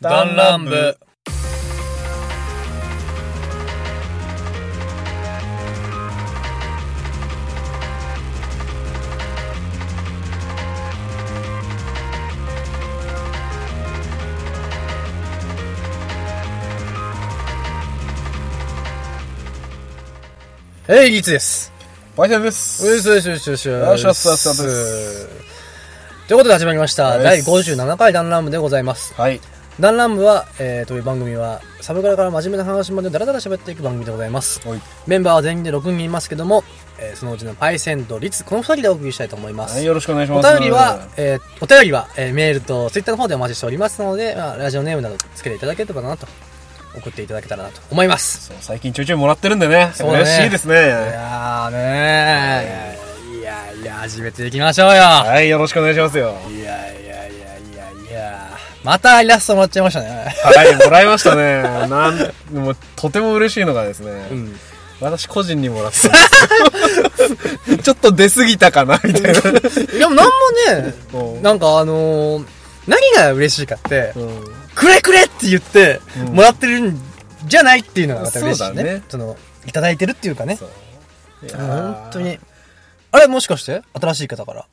弾丸部。えい、リーツです。バイセンです。うすうすうすうす。よっしゃっすよっしゃっすよっしゃっということで始まりました。はい第57回弾丸部でございます。はい。弾丸部は、えー、という番組は、サブカルから真面目な話までダラダラ喋っていく番組でございます。おい。メンバーは全員で6人いますけども、えーそのうちのパイセンとリツ、この2人でお送りしたいと思いまはい、す。よろしくお願いしおます。便りは、えーお便りは、えーメールとツイッターの方でお待ちしておりますので、まあ、ラジオネームなどつけていただければなと、送っていただけたらなと思います。そう、最近ちょいちょいもらってるんでね。そうだね嬉しいですいね。やーねー、いやいや、始めていきましょうよ。はい、よろしくお願いしますよ。はいやいやいやいやいやまたイラストもらっちゃいましたね。い、もらいましたね。なん、もう、とても嬉しいのがですね。ん私個人にもらって ます。ちょっと出過ぎたかな、みたいな。いや、なんもね、うんなんかあのー何が嬉しいかって、うんくれくれって言って、うんもらってるんじゃないっていうのがまた嬉しいそうね。だねその、いただいてるっていうかねそ。ういやー本当に。あれ、もしかして新しい方から。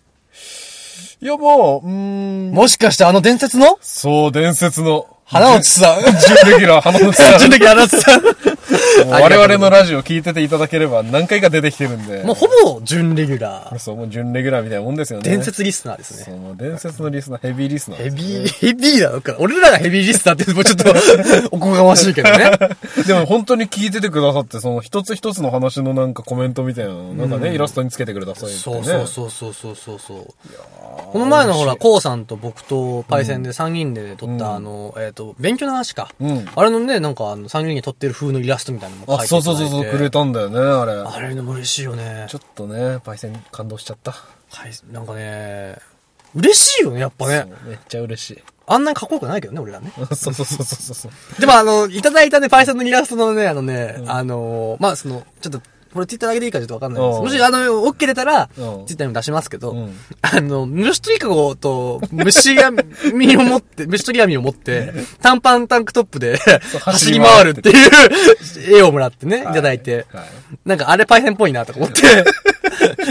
いや、もう、うーん。もしかしてあの伝説のそう、伝説の。花 内さん。準レギュラー、花のさん純烈花内さん。 もう我々のラジオ聞いてていただければ何回か出てきてるんで。もうほぼ準レギュラー。そう、もう準レギュラーみたいなもんですよね。伝説リスナーですね。そう、もう伝説のリスナー、ヘビーリスナーでヘすね、ビー、ヘビーなのか。俺らがヘビーリスナーって、もうちょっと、おこがましいけどね。でも本当に聞いててくださって、その一つ一つの話のなんかコメントみたいなの、なんかね、イラストにつけてくださいってね。そうそうそうそうそうそうそう。この前のほら、コウさんと僕とパイセンで3人で撮った、あの、えっと、勉強の話かうん。あれのね、なんかあの3人で撮ってる風のイラストみたいなのもあ、書いてそいうたそうだいてそうそう、くれたんだよね、あれ。あれのも嬉しいよねち。ょっとね、パイセン感動しちゃった。はいなんかね、嬉しいよね、やっぱね。めっちゃ嬉し い。あんなにかっこよくないけどね、俺らね。そうそうそうそうそう。でもあの、いただいたね、パイセンのイラストのね、あのね、あのー、まあ、その、ちょっと、これツイッターだけでいいかちょっとわかんないです。うんもし、あの、OK 出たら、ツイうんッターにも出しますけど、うんあの、虫取りかごと、虫網を持 って、虫取り網を持って、短パンタンクトップで、う走り回るっていう絵をもらってね、いはいただいて、はいなんかあれパイセンっぽいなとか 思って、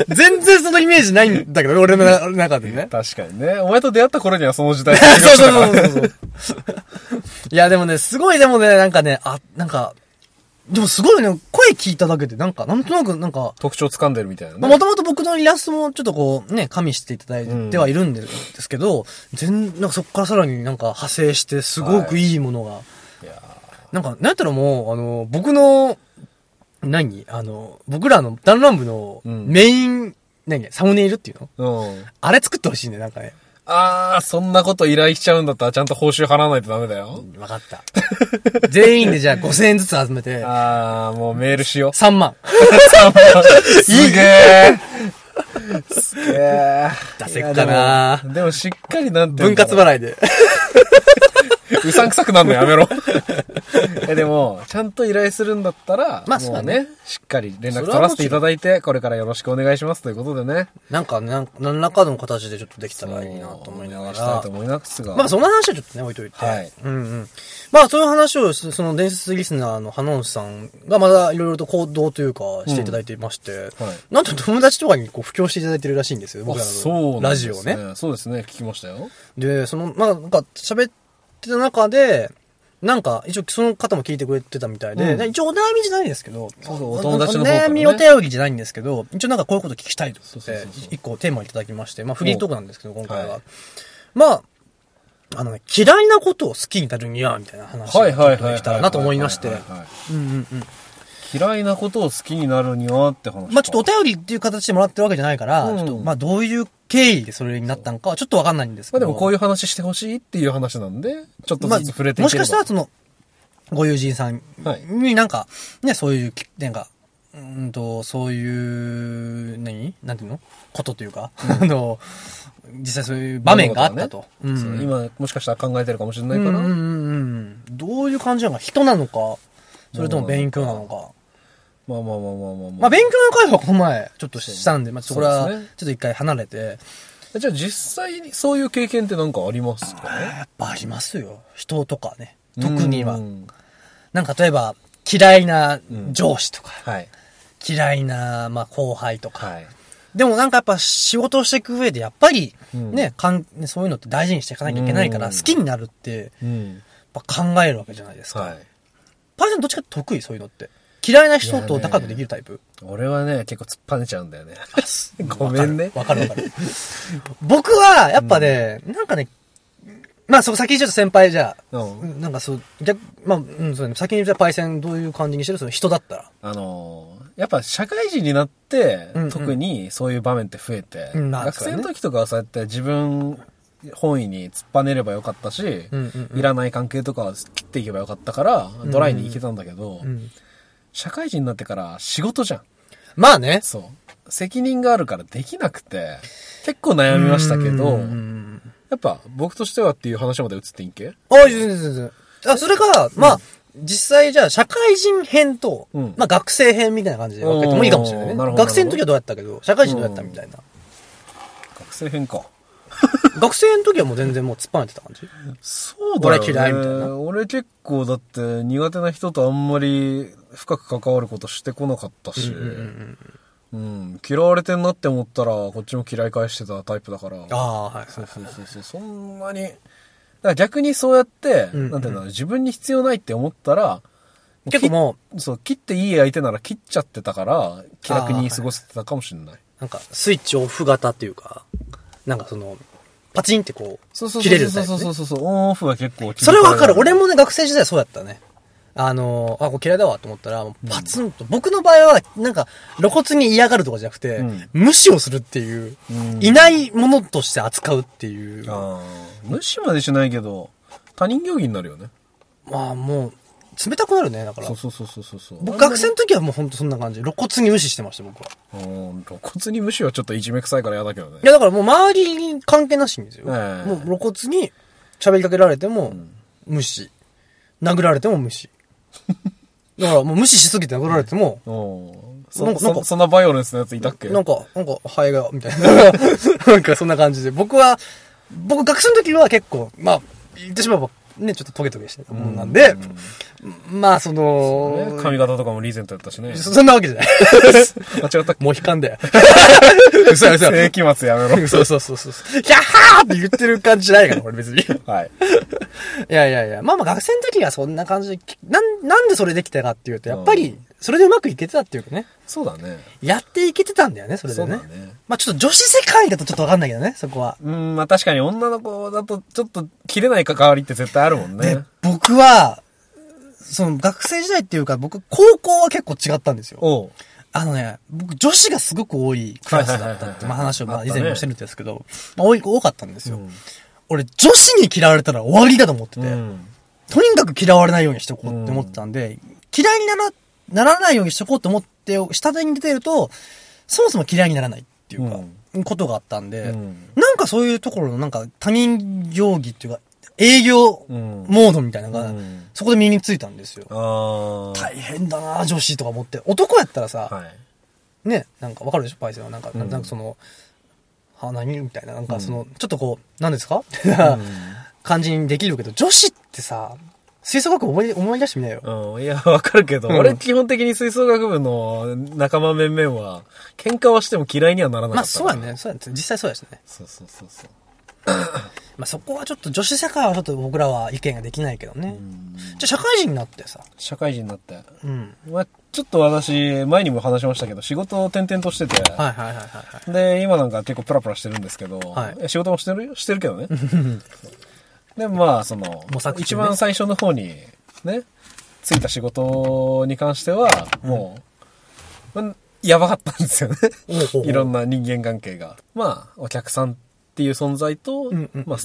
全然そのイメージないんだけど、俺の俺の中でね。確かにね。お前と出会った頃にはその時代 そうそうそうそういや、でもね、すごい、でもね、なんかね、あ、なんか、でもすごいね、声聞いただけで、なんか、なんとなく、なんか、 特徴掴んでるみたいなね。もともと僕のイラストもちょっとこう、ね、加味していただいてはいるんですけど、全、なんかそこからさらになんか派生して、すごくいいものが、いやなんか、なんやったらもう、あの、僕の、何あの、僕らの弾丸部のうんメイン、何サムネイルっていうのーうん。あれ作ってほしいね、なんかね。あー、そんなこと依頼しちゃうんだったらちゃんと報酬払わないとダメだよ。わかった。全員でじゃあ5000円ずつ集めて、あー、もうメールしよう。 3万。すげえ。すげえ。出せっかないやでもでもしっかりなんていう分んだろう。割払いで。うさんくさくなんのや めろ。えでも、ちゃんと依頼するんだったら、まあもそうだねね、しっかり連絡取らせていただいて、これからよろしくお願いしますということでね。なんか、なん何らかの形でちょっとできたらいいなと思いながお願したいらと。思いますが。まあ、そんな話はちょっとね、置いといて。はいうんうん。まあ、そういう話を、そその伝説リスナーの花内さんがまだいろいろと行動というか、していただいていまして、はいなんと友達とかにこう、布教していただいてるらしいんですよ、僕あらそうのなんラでジすオね。そうですね、聞きましたよ。で、その、まあ、なんか、喋ってた中で、なんか、一応、その方も聞いてくれてたみたいで、うん一応、お悩みじゃないんですけど、そうそうお友達の方おからね悩みお便りじゃないんですけど、一応なんかこういうこと聞きたいと思っそうそてうそうそ、一個テーマいただきまして、まあ、フリートークなんですけど、今回は。はいまあ、あのね、嫌いなことを好きになるには、みたいな話をはいちょはいっとはい。できたらなと思いましてはい。はいはいうんうんうん。嫌いなことを好きになるにはって話か。まあ、ちょっとお便りっていう形でもらってるわけじゃないから、うんちょっと、まあ、どういう経緯でそれになったのかは、ちょっとわかんないんですまあでけど。もこういう話してほしいっていう話なんで、ちょっとまあずつ触れていもけしれば。かしたら、その、ご友人さんはいになんか、ね、そういうき、なんか、うーんと、そういう、何なんていうのことというか、 あの、実際そういう場面があったと。う物事はねんそう今、もしかしたら考えてるかもしれないうんうから。んうんうんどういう感じなのか、人なのか、それとも勉強なのか。まあまあまあまあまあまあ。まあ、勉強の会話はこの前、ちょっとしたんで、まあ、ちょっとこれそうはですね、ちょっと一回離れて、じゃあ実際にそういう経験ってなんかありますかねやっぱありますよ。人とかね。特にはう。んなんか例えば、嫌いな上司とか、はい。嫌いな、まあ、後輩とか。はい。でもなんかやっぱ仕事をしていく上で、やっぱりうんね、かん、ねそういうのって大事にしていかなきゃいけないから、うん好きになるって、うん。やっぱ考えるわけじゃないですか。はい。パイセンどっちかって得意、そういうのって。嫌いな人と仲良くできるタイプ。俺はね、結構突っぱねちゃうんだよ ね。ごわめかるんね。わかるわかる。僕は、やっぱね、なんかね、まあ、そこ先にちょっと先輩じゃあ、うなんかそう、逆、まあ、うん、そうね、先にじゃあパイセンどういう感じにしてるその人だったら。あのーやっぱ社会人になって、うんうん特にそういう場面って増えて、うんまあ学生の時とかはそうやって自分本位に突っぱねればよかったし、うんうんうんいらない関係とかは切っていけばよかったから、ドライにいけたんだけど、うん。社会人になってから仕事じゃん。まあね。そう。責任があるからできなくて、結構悩みましたけど、うんうんうんやっぱ僕としてはっていう話まで移っていいんけあ、全然全然。あ、それが、まあ、実際じゃあ、社会人編と、うんまあ、学生編みたいな感じで分けてもいいかもしれないね。おーなるほど学生の時はどうやったけど、社会人どうやったみたいな。学生変か。学生の時はもう全然もう突っ張ねてた感じ。そうだよ、ね。俺嫌いみたいな俺結構だって苦手な人とあんまり深く関わることしてこなかったし、うん嫌われてんなって思ったらこっちも嫌い返してたタイプだから。ああ、はい。そうそうそうそう、そんなに。だから逆にそうやって、うんうんなんていうの、自分に必要ないって思ったら、結構もう、そう、切っていい相手なら切っちゃってたから、気楽に過ごせてたかもしれない。なんか、スイッチオフ型っていうか、なんかその、パチンってこそううそ、う切れるそタうイプそうね、そうそうそう、オンオフは結構それはわかる。俺も。もね、学生時代そうやったね。あの、あ、これ嫌いだわと思ったら、もうパツンと、僕の場合は、なんか、露骨に嫌がるとかじゃなくて、うん無視をするっていう、うんいないものとして扱うっていう。あー無視までしないけど、他人行儀になるよね。まあもう、冷たくなるね、だからそう。そうそうそうそうそう。僕学生の時はもうほんとそんな感じ。露骨に無視してました、僕は。うん露骨に無視はちょっといじめ臭いから嫌だけどねい。や、だからもう周りに関係なしにですよ。ええもう露骨に喋りかけられても無視。殴られても無 視。だからもう無視しすぎて殴られても、うん。そなんかなんそかそんなバイオレンスのやついたっけなんか、なんか、ハエが、みたいな。 なんかそんな感じで。僕は、僕学生の時は結構、まあ、言ってしまえば、ね、ちょっとトゲトゲしてたもんなんで、まあ、そのね、髪型とかもリーゼントやったしね。そそんなわけじゃない。あ、違ったっけもう悲観 だよ。嘘嘘。世 紀末やめろ。そうそうそうそう。キャッハーって言ってる感じじゃないから、俺別に。はい。いやいやいや、まあまあ学生の時はそんな感じで、きなん、なんでそれできたかっていうと、やっぱうり、それでうまくいけてたっていうかね、そうだね。やっていけてたんだよね、それそでうだね。ね。まあちょっと女子世界だとちょっとわかんないけどね、そこは。うん、まあ確かに女の子だとちょっと切れない関わりって絶対あるもんね。僕は、その学生時代っていうか、僕、高校は結構違ったんですよ。おう。あのね、僕、女子がすごく多いクラスだったはいはいっはいはいて、まあ話をまああっ以たね前もしてるんですけど、まあ多い多かったんですよ。うん俺、女子に嫌われたら終わりだと思ってて。うん。とにかく嫌われないようにしておこうって思ってたんで、嫌いにならならないようにしておこうと思って、下手に出てると、そもそも嫌いにならないっていうか、ことがあったんで、うんなんかそういうところのなんか他人行儀っていうか、営業うんモードみたいなのが、うんそこで身についたんですよ。ああ。大変だな女子とか思って。男やったらさ、はい。ね、なんかわかるでしょパイセンは。なんか、んなんかその、は何みたいな、なんかその、ちょっとこう、何ですかみたいな 感じにできるけど、女子ってさ、吹奏楽部思い思い出してみなよ。うん、いや、わかるけど、うん俺基本的に吹奏楽部の仲間面々は、喧嘩はしても嫌いにはならなかまっあたそうからや。ね。そうやね。実際そうやしね。そうそうそうそう。まあそこはちょっと女子社会はちょっと僕らは意見ができないけどね。じゃあ社会人になってさ。社会人になって。うん。まあ、ちょっと私、前にも話しましたけど、仕事を転々としてて、はいはいはいはいはい。で、今なんか結構プラプラしてるんですけど、はいえ仕事もしてるよしてるけど ね。で、まあ、その、模索中ね一番最初の方に、ね、ついた仕事に関しては、もう、うんやばかったんですよね。おうおうおういろんな人間関係が。まあ、お客さんっていう存在と、んうんまあ、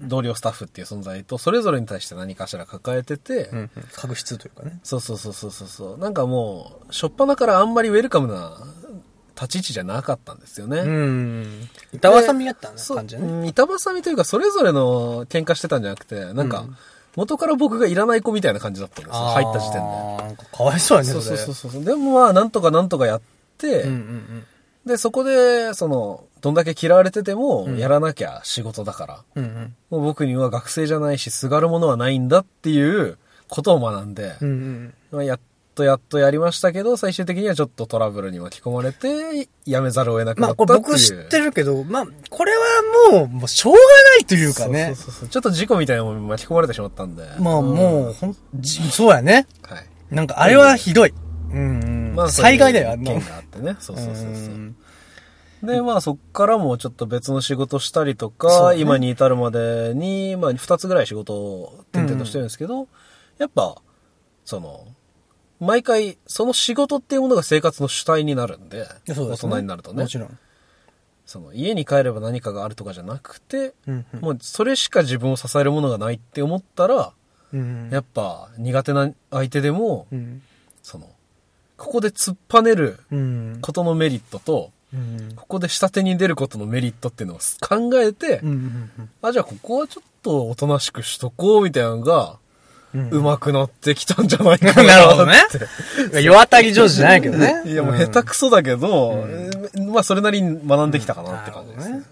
同僚スタッフっていう存在と、それぞれに対して何かしら抱えてて、うんうん。確執というかね。そうそうそうそうそうそう。なんかもう、初っ端からあんまりウェルカムな立ち位置じゃなかったんですよね。うん。板挟みやったなそう感じだね。うん板挟みというか、それぞれの喧嘩してたんじゃなくて、なんか、元から僕がいらない子みたいな感じだったんですよ。入った時点で。あーなんかかわいそうやね、そうそそうれ。そうそう。でもまあ、なんとかなんとかやって、うんうんうん。で、そこで、その、どんだけ嫌われてても、やらなきゃ仕事だから。うんうん。もう僕には学生じゃないし、すがるものはないんだっていうことを学んで、うんうん。まあやっとやっとやりましたけど、最終的にはちょっとトラブルに巻き込まれて、やめざるを得なくまなあ、ったっこていれう。僕知ってるけど、まあ、これはもう、もうしょうがないというかね。そうそうそうそうちょっと事故みたいなものに巻き込まれてしまったんで。まあ、うんもう、ほん、じそうやね。はい。なんか、あれはひどい。うん、うん。まあ、災害だよ、ああんの。な件の。があってね。そうそうそ うそうう。んで、まあ、そっからもちょっと別の仕事したりとそうか、だね今に至るまでに、まあ、二つぐらい仕事を転々としてるんですけど、やっぱ、その、毎回、その仕事っていうものが生活の主体になるんで、そ大うですね人になるとねもち。ろん。その、家に帰れば何かがあるとかじゃなくて、うんうんもう、それしか自分を支えるものがないって思ったら、うん。やっぱ、苦手な相手でも、うん。その、ここで突っぱねるうん。ことのメリットと、うん。ここで下手に出ることのメリットっていうのを考えて、うん。あ、じゃあここはちょっとおとなしくしとこうみたいなのが、うんうまくなってきたんじゃないかな。。なるほどね。世当たり上手じゃないけどね いや、もう下手くそだけど、えまあそれなりに学んできたかなって感じですなねるほ。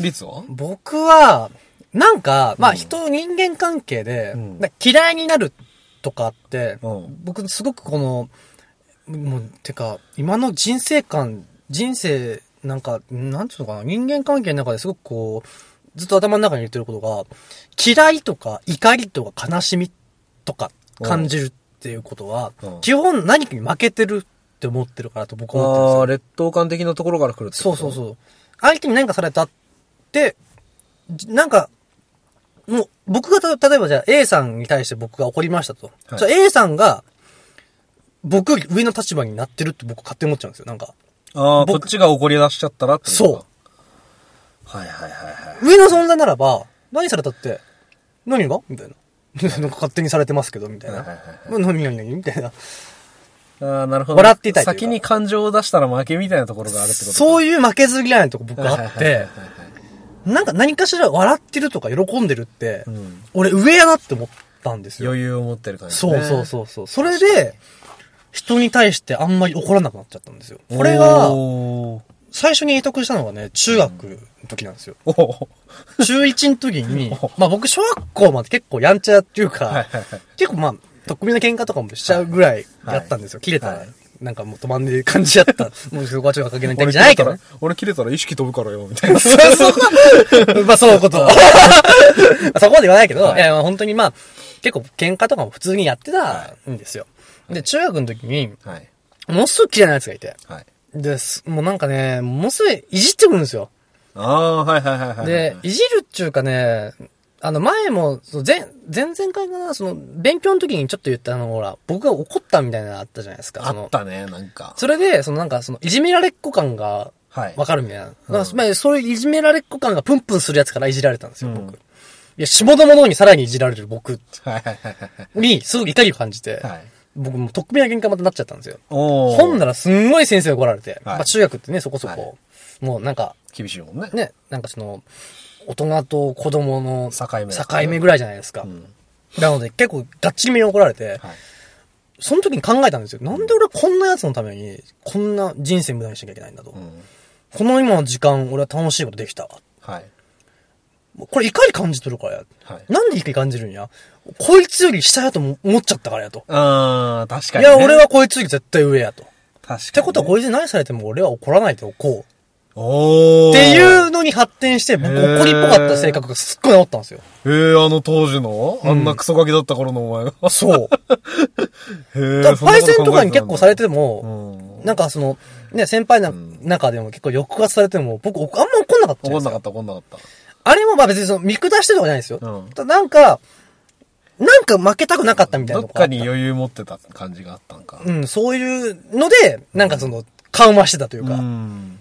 リツは僕は、なんか、まあうん人、人間関係で、うんなんか嫌いになるとかって、うん僕すごくこの、もう、てか、今の人生観、人生、なんか、なんていうのかな、人間関係の中ですごくこう、ずっと頭の中に入れてることが、嫌いとか怒りとか悲しみとか感じるっていうことはうん、基本何かに負けてるって思ってるからと僕は思ってるんですよああ、劣等感的なところから来るってそうそうう。そう。相手に何かされたって、じなんか、もう、僕がた、例えばじゃあ A さんに対して僕が怒りましたと。はいじゃあ A さんが、僕より上の立場になってるって僕勝手に思っちゃうんですよ。なんか、ああ、こっ僕ちが怒り出しちゃったらってこと。そうはいはいはいはい。上の存在ならば、何されたって、何がみたいな。 なんか勝手にされてますけど、みたいはいはいなは。何何何みたいな。ああ、なるほど。笑っていたいというか先に感情を出したら負けみたいなところがあるってことかそういう負けず嫌いなとこ僕はいあはいっはいはいはてい、なんか何かしら笑ってるとか喜んでるって、ん俺上やなって思ったんですよ。余裕を持ってる感じ、ね。そうそうそうそう。それで、人に対してあんまり怒らなくなっちゃったんですよ。おーこれが、お最初に得得したのがね、中学の時なんですよ。ー中1の 時に、まあ僕、小学校まで結構やんちゃっていうか、はいはいはい結構まあ、とっくみの喧嘩とかもしちゃうぐらいやったんですよ。はい切れたら、はいなんかもう止まんねえ感じ やった。もうそこはちょっとかけないだけじゃないけどね。俺切れたら意識飛ぶからよ、みたいな。 そうそう。 まあ、そうい うこと。そこまで言わないけど、はいい、や、まあ本当にまあ、結構喧嘩とかも普通にやってたんですよ。で、中学の時に、はい。ものすごく嫌いな奴がいて。はい。です。もうなんかね、ものすごいいじってくるんですよ。ああ、はいはいはいはいはい。で、いじるっちゅうかね、あの前も、その前、前々回かな、その、勉強の時にちょっと言ったあの、ほら、僕が怒ったみたいなのあったじゃないですか。あそのったね、なんか。それで、そのなんか、その、いじめられっ子感が、はい。わかるみたいな。だからまあ、そういういじめられっ子感がプンプンするやつからいじられたんですよ、僕。いや、下の者にさらにいじられる僕はいはいはいはいに、すごく怒りを感じて、はい。はい。僕もう、特命な喧嘩またなっちゃったんですよ。おーほんならすんごい先生が怒られて、まあ中学ってね、そこそこ、もうなんか、厳しいもんね。ね、なんかその、大人と子供の境目ぐらいじゃないですか。なので結構ガッチリめに怒られて、はい。その時に考えたんですよ。なんで俺こんな奴のために、こんな人生無駄にしなきゃいけないんだと。うん。この今の時間、俺は楽しいことできたわ。はい。もうこれ怒り感じとるからや。はい。なんで怒り感じるんやこいつより下やと思っちゃったからやと。ああ、確かいに、ね。や、俺は、こいつより絶対上やと。っ確かに、ね。ってことは、こいつに何されても俺は怒らないでおこう。おー。っていうのに発展して、僕へー怒りっぽかった性格がすっごい治ったんですよ。えー、あの当時のあんなクソガキだった頃のお前が。 そう。へーだからパイセンとかに結構されても、うん。なんかその、ね、先輩の中でも結構抑圧されても、僕、おあんま怒んなかった怒じゃないでんすなかかった、怒んなかった。あれもまあ別にその見下してるとかじゃないですよ。うんただなんか、なんか負けたくなかったみたいなどとっこがあかったに余裕持ってた感じがあったんか。うん、そういうので、なんかその、緩和してたというか、うん。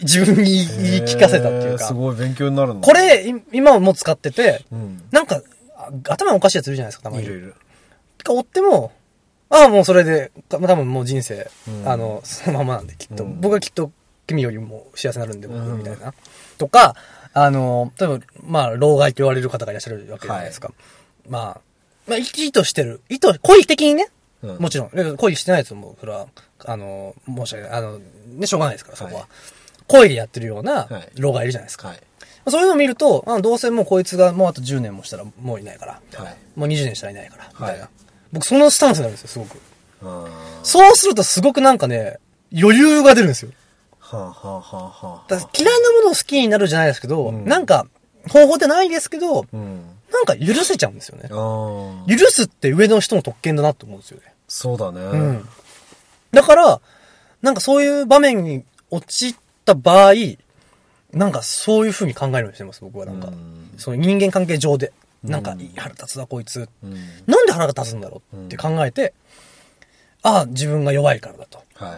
自分に言い聞かせたっていへうーか、すごい勉強になるの。これ、い今はもう使ってて、うん。なんか、あ頭おかしいやついるじゃないですか、たまいに。るいる。か追っても、ああ、もうそれで、た多分もう人生、うんあの、そのままなんで、きっと。うん僕はきっと、君よりも幸せになるんで、僕、うんみたいな。とか、あの、例えば、まあ、老害と言われる方がいらっしゃるわけじゃないですか。まあ、まあ、意図してる。意図、故意的にね。うんもちろん。で故意してないやつも、それは、あの、申し訳ない。あの、ね、しょうがないですから、そこは。声でやってるようなはい老がいるじゃないですか。はい。そういうのを見ると、あどうせもうこいつがもうあと10年もしたらもういないから、はいもう20年したらいないから、みたいな。はい僕そのスタンスになるんですよ、すごく。あーはそうするとすごくなんかね、余裕が出るんですよ。あ、はあはあはだあから嫌いなものを好きになるじゃないですけど、んなんか方法でないですけど、うん。なんか許せちゃうんですよね。ああ。許すって上の人の特権だなって思うんですよね。そうだね。うん。だから、なんかそういう場面に陥った場合、なんかそういう風に考えるようにしてます、僕はなんか。うんその人間関係上で。なんか、うんいい腹立つな、こいつ。うん。なんで腹が立つんだろうって考えて、ああ、自分が弱いからだと。はい。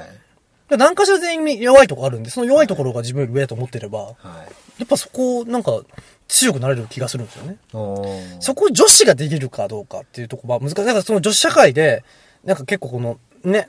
で何かしら全員弱いとこあるんで、その弱いところが自分より上だと思ってれば、はい。やっぱそこをなんか強くなれる気がするんですよね。おそこを女子ができるかどうかっていうところは難しい。だからその女子社会で、なんか結構この、ね、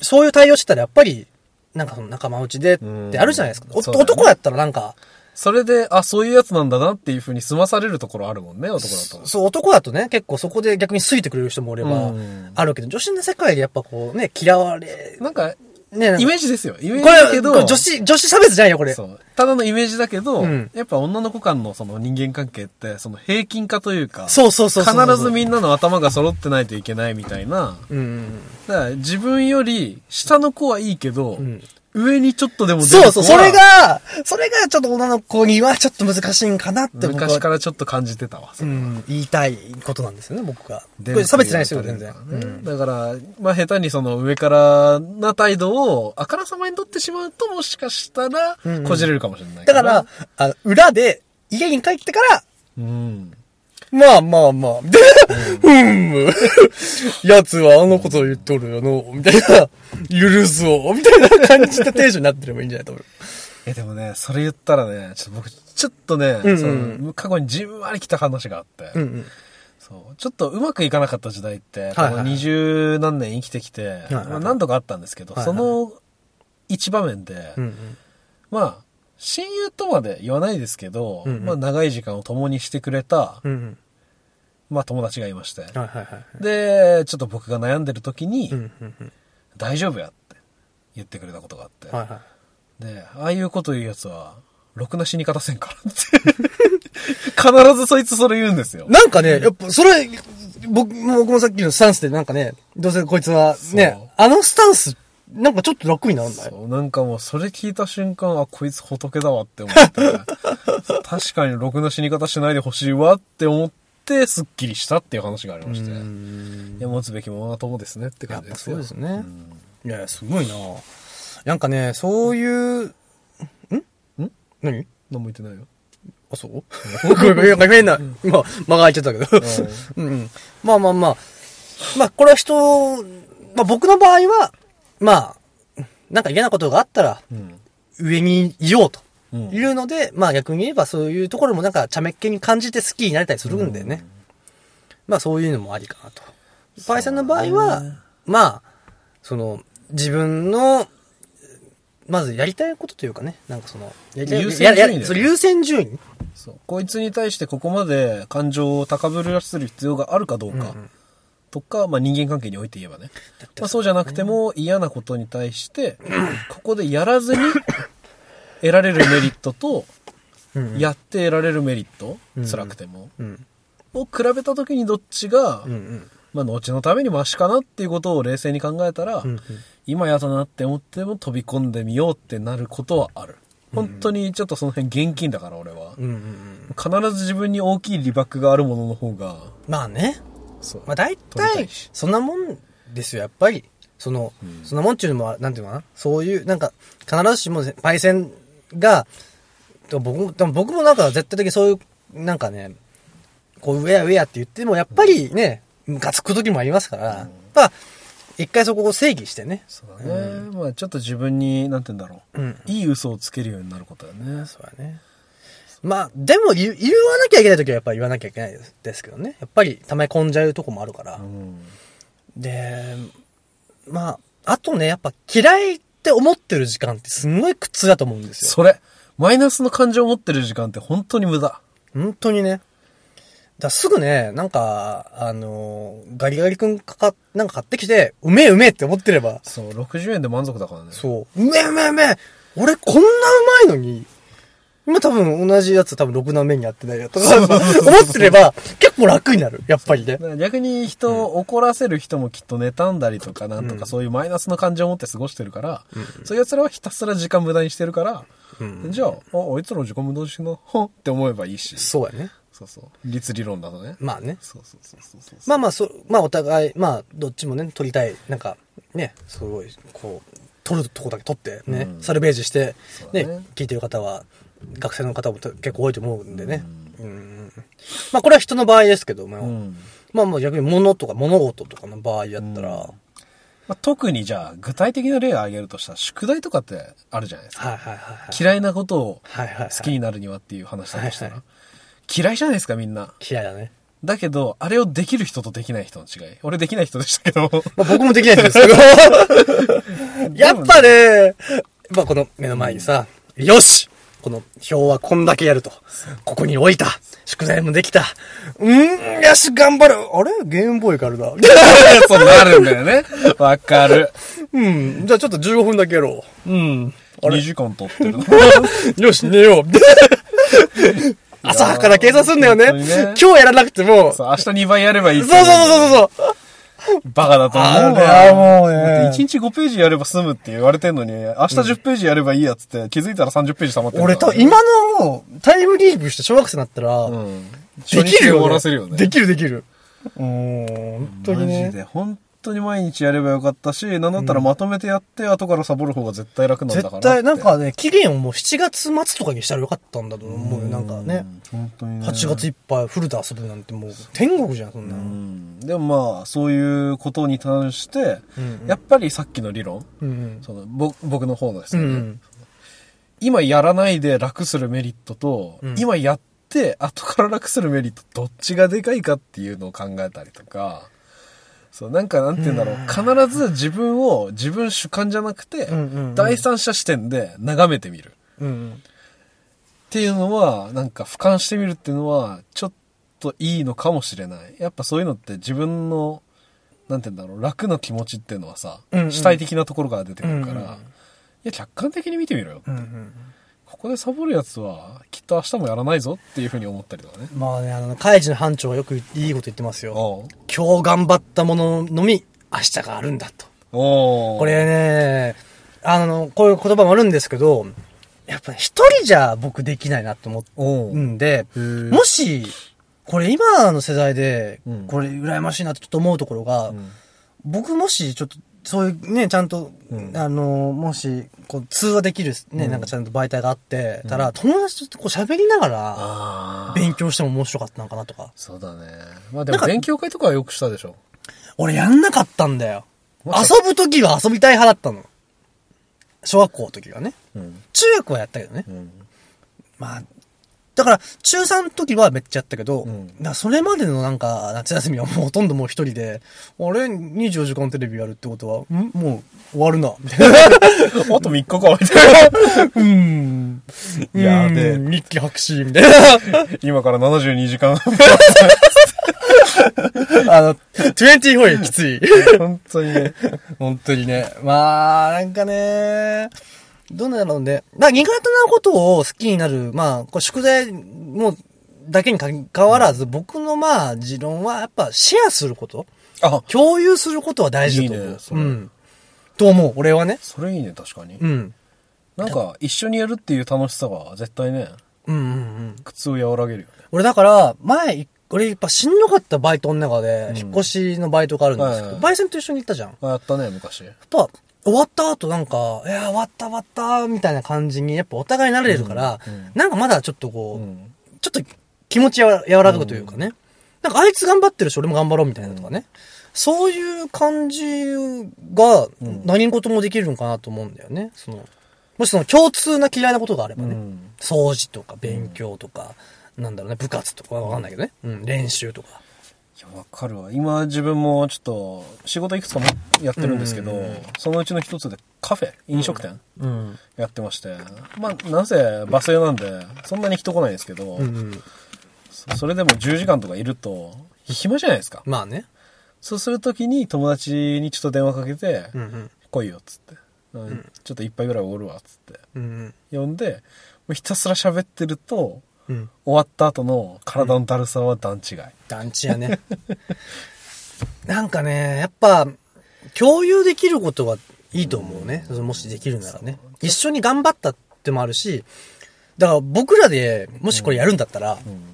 そういう対応してたらやっぱり、なんかその仲間内でってあるじゃないですか。うんおそうだね男やったらなんか、それで、あ、そういうやつなんだなっていうふうに済まされるところあるもんね、男だと。そう男だとね、結構そこで逆に好いてくれる人もおればうん、あるけど、女子の世界でやっぱこうね、嫌われ、なんか、ね、なんかイメージですよ。イメージこれだけど、これ女子、女子差別じゃないよ、これ。そう。ただのイメージだけど、うんやっぱ女の子間のその人間関係って、その平均化というか、そうそうそうそう。必ずみんなの頭が揃ってないといけないみたいな。うんうんだから自分より下の子はいいけど、ん上にちょっとでもうん。出るそ子はうそう、それ、が、それがちょっと女の子にはちょっと難しいんかなって僕は昔からちょっと感じてたわ。うん、言いたいことなんですよね、僕が。こ出るれ差別じゃないですよ、全然。出るからねだから、まあ、下手にその上からな態度を、あからさまに取ってしまうと、もしかしたらうんうん、こじれるかもしれないだかなら、、あの裏で、家に帰ってから、うん。まあまあまあ、で、 うん、やつはあのことを言っとるよの、みたいな、許すを、みたいな感じのテンションになってればいいんじゃないと思う。え、でもね、それ言ったらね、ちょっと僕、ちょっとね、うんうんその過去にじんわり来た話があって、うんうん。そう、ちょっとうまくいかなかった時代って、はいはいこの二十何年生きてきて、いはいまあ何度かあったんですけど、はいはいその一場面で、うんうん。まあ、親友とまで言わないですけど、うんうんまあ、長い時間を共にしてくれた、うんまあ、友達がいまして、うん。はいはいはい。で、ちょっと僕が悩んでる時に、うんうんうん。大丈夫やって言ってくれたことがあって、はいはい。で、ああいうこと言うやつは、ろくな死に方せんからって。 必ずそいつそれ言うんですよ。なんかね、やっぱ、それ、僕も、僕もさっきのスタンスでなんかね、どうせこいつはそうね、あのスタンス、なんかちょっと楽になるんだよ。そうなんかもうそれ聞いた瞬間、あ、こいつ仏だわって思 って、確かにろくな死に方しないでほしいわって思って、すっきりしたっていう話がありまして、いや、持つべきものは友ですねってや感っじでぱすそうよ。ですね。いやいや、すごいななんかね、そういう、んん何何も言ってないよ。あ、そう ごめんごめん、なんか変な、今、間が空いちゃったけど。 うんうん。まあまあまあ。まあ、これは人、まあ僕の場合は、まあ、なんか嫌なことがあったら、うん。上にいようと。うんいうので、まあ逆に言えばそういうところもなんか茶目っ気に感じて好きになれたりするんだよね。まあそういうのもありかなと。パイさんの場合は、まあ、その、自分の、まずやりたいことというかね、なんかその、やりたい優先順位だよねややそう優先順位そう。こいつに対してここまで感情を高ぶらせる必要があるかどうか、とか、まあ人間関係において言えばね。まあそうじゃなくても嫌なことに対して、ここでやらずに得られるメリットと、うんやって得られるメリット、うん辛くても、うん。を比べた時にどっちが、うんうん。まあ後のためにマシかなっていうことを冷静に考えたら、うんうん今やだなって思っても飛び込んでみようってなることはある。本当にちょっとその辺現金だから俺は。うんうんうん。必ず自分に大きい利爆があるものの方が、まあね。そう。まあ取大りた体いし、そんなもんですよ、やっぱり。その、そんなもんっていうのも、なんていうのかな。そういう、なんか、必ずしも、パイセンが、でも僕も、でも僕もなんか絶対的にそういう、なんかね、こう、上や上やって言っても、やっぱりね、ムカつく時もありますから、やっぱ、一回そこを正義してね。そうだね。まあちょっと自分に、なんて言うんだろう。うんいい嘘をつけるようになることだよね。そうやね。まあ、でも言う、言わなきゃいけない時はやっぱり言わなきゃいけないですですけどね。やっぱり、溜め込んじゃうとこもあるから。うん。で、まあ、あとね、やっぱ嫌いって思ってる時間ってすんごい苦痛だと思うんですよ。それマイナスの感情を持ってる時間って本当に無駄。本当にね。だからすぐね、なんか、あのーガリガリ君かか、なんか買ってきて、うめえうめえって思ってれば、そう、60円で満足だからね。そう、うめえうめえうめえ俺こんなうまいのに、今多分同じやつ多分6段目にやってないやとか、思ってれば結構楽になる。やっぱりね。だから逆に人を怒らせる人もきっと妬んだりとかなんとかそういうマイナスの感情を持って過ごしてるから、そういう奴らはひたすら時間無駄にしてるから、じゃあ、あ、あいつらの時間無駄にしてんな、ほんって思えばいいし。そうやね。そうそう。律理論だとね。まあね。そうそうそうそうそう。まあまあ、そう、まあお互い、まあ、どっちもね、取りたい。なんか、ね、すごい、こう、取るとこだけ取って、ね、うんサルベージして、うだねね聞いてる方は、学生の方も結構多いと思うんでね。うん。まあ、これは人の場合ですけども、うんまあまあ逆に物とか物事とかの場合やったら、うんまあ、特にじゃあ、具体的な例を挙げるとしたら、宿題とかってあるじゃないですか。はいはいはいはい。嫌いなことをはいはいはい。好きになるにはっていう話だとしたら、はいは嫌いじゃないですか、みんな。嫌いだね。だけど、あれをできる人とできない人の違い。俺できない人でしたけ ど。まあ僕もできないんですけ ど。やっぱね、まあこの目の前にさ、よしこの表はこんだけやると。ここに置いた。宿題もできた。うーん、よし、頑張る。あれゲームボーイからだ。 そうなるんだよね。わかる。うん、じゃあちょっと15分だけやろう。うん。あ2れ時間撮ってるの。よし、寝よう。 朝から計算すんだよね本当にね今日やらなくても。そそう、明日2倍やればいいっうてそうそうそうそう。バカだと思うあれはもうねだって1日5ページやれば済むって言われてんのに、明日10ページやればいいやっつって、気づいたら30ページ溜まってるから俺多分今のタイムリープして小学生になったら、うん。できるよ、終ね。わらせるよね。できるできる。うーん、本当にマジね。で。本当に毎日やればよかったし、なんだったらまとめてやって、後からサボる方が絶対楽なんだから絶対、なん、かね、期限をもう7月末とかにしたらよかったんだと思うよ。なんかね、。本当に、ね。 8月いっぱいフルで遊ぶなんてもう天国じゃん、そんなうの。ん。でもまあ、そういうことに関して、うんやっぱりさっきの理論、うんそのぼ僕の方のですうん。うね、ん。今やらないで楽するメリットと、うん今やって後から楽するメリットどっちがでかいかっていうのを考えたりとかそうなんかなんて言うんだろう、必ず自分を自分主観じゃなくて、うんうんうん第三者視点で眺めてみるっうん。ていうのはなんか俯瞰してみるっていうのはちょっといいのかもしれないやっぱそういうのって自分のなんて言うんだろう楽な気持ちっていうのはさ、うんうん主体的なところから出てくるから、うんうんうんいや客観的に見てみろよってうんうん。ここでサボるやつは、きっと明日もやらないぞっていうふうに思ったりとかね。まあね、あの、カイジの班長がよくいいこと言ってますよ。おう今日頑張ったもののみ、明日があるんだと。おうこ、れね、あの、こういう言葉もあるんですけど、やっぱ一人じゃ僕できないなと思っておううんで、ーもし、これ今の世代でうん、これ羨ましいなってちょっと思うところが、ん僕もしちょっと、そういうね、ちゃんと、うんあの、もし、こう、通話できるね、なんかちゃんと媒体があって、たら、友達とこう喋りながら、ああ。勉強しても面白かったのかなとか。そうだね。まあでも勉強会とかはよくしたでしょ。俺やんなかったんだよ。まあ遊ぶ時は遊びたい派だったの。小学校の時はね。うん。中学はやったけどね。うん。まあ、だから、中3の時はめっちゃやったけど、うんだからそれまでのなんか、夏休みはもうほとんどもう一人で、あれ、24時間テレビやるってことは、んもう終わるな、みたいな。あと3日か、みたいな。うん。 やべえうん日記白紙、みたい今から72時間。 な。あの、24きつい。本当にね。本当にね。 まあ、なんかね、どうなんだろうね。まあ、苦手なことを好きになる、まあ、これ宿題も、だけにかかわらず、僕のまあ、持論は、やっぱ、シェアすることあ、共有することは大事だと思う。いいねそうれん。と思う、俺はね。それいいね、確かにう。ん。なんか、一緒にやるっていう楽しさが絶対ね、うんうんうん。苦痛を和らげるよね。俺だから、前、俺やっぱしんどかったバイトの中で、引っ越しのバイトがあるんですけど、はいバイセンと一緒に行ったじゃん。やっあ、やったね、昔。ぱ、終わった後なんか、いや、終わった終わった、みたいな感じに、やっぱお互い慣れるから、うんうんなんかまだちょっとこうう、ん。ちょっと気持ちやわ柔らかくというかね。なんかあいつ頑張ってるし、俺も頑張ろうみたいなとかね。そういう感じが何事もできるのかなと思うんだよね。その、もしその共通な嫌いなことがあればね。うん掃除とか勉強とか、なんだろうね、部活とかわかんないけどね。うん、練習とか。いや、わかるわ。今自分もちょっと仕事いくつかもやってるんですけど、そのうちの一つでカフェ、飲食店うん。やってまして、まあ、なぜバスなんで、そんなに人来ないんですけど、うん。そそれでも10時間とかいると、暇じゃないですか。まあね。そうするときに友達にちょっと電話かけて、うんうん。来いよっつって。うんちょっと一杯ぐらいおごるわっつってうん。呼んでもうひたすら喋ってるとうん。終わった後の体のだるさは段違い、団地やね。 なんかね、やっぱ、共有できることはいいと思うね。もしできるならね。一緒に頑張ったってもあるし、だから僕らでもしこれやるんだったら、うん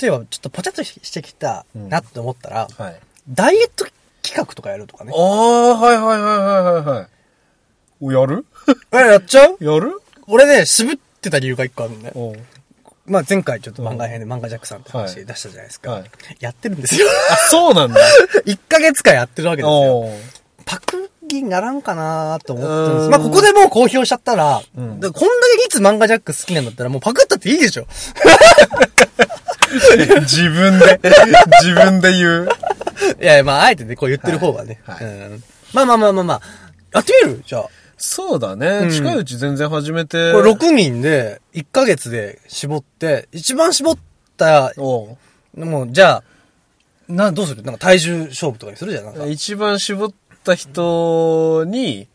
例えばちょっとポチャっとしてきたなって思ったら、はいダイエット企画とかやるとかねあ。あはいはいはいはいはいはいおやる え、やっちゃうやる俺ね、渋ってた理由が一個あるんだよ。おうまあ前回ちょっと漫画編で漫画ジャックさんって話はい出したじゃないですか。はいやってるんですよ。 あそうなんだ1ヶ月間やってるわけですよ。おうパクリにならんかなと思ったんでうーす。んまあここでもう公表しちゃったら、うんだからこんだけいつ漫画ジャック好きなんだったらもうパクったっていいでしょ。自分で自分で言う いやいや、まああえてね、こう言ってる方がね。はいはうんまあまあまあまあまあ。やってみるじゃあ。そうだね、うん近いうち全然始めてこれ6人で1ヶ月で絞って、一番絞った、おうもうじゃあ、な、どうするなんか体重勝負とかにするじゃん。なんか一番絞った人に、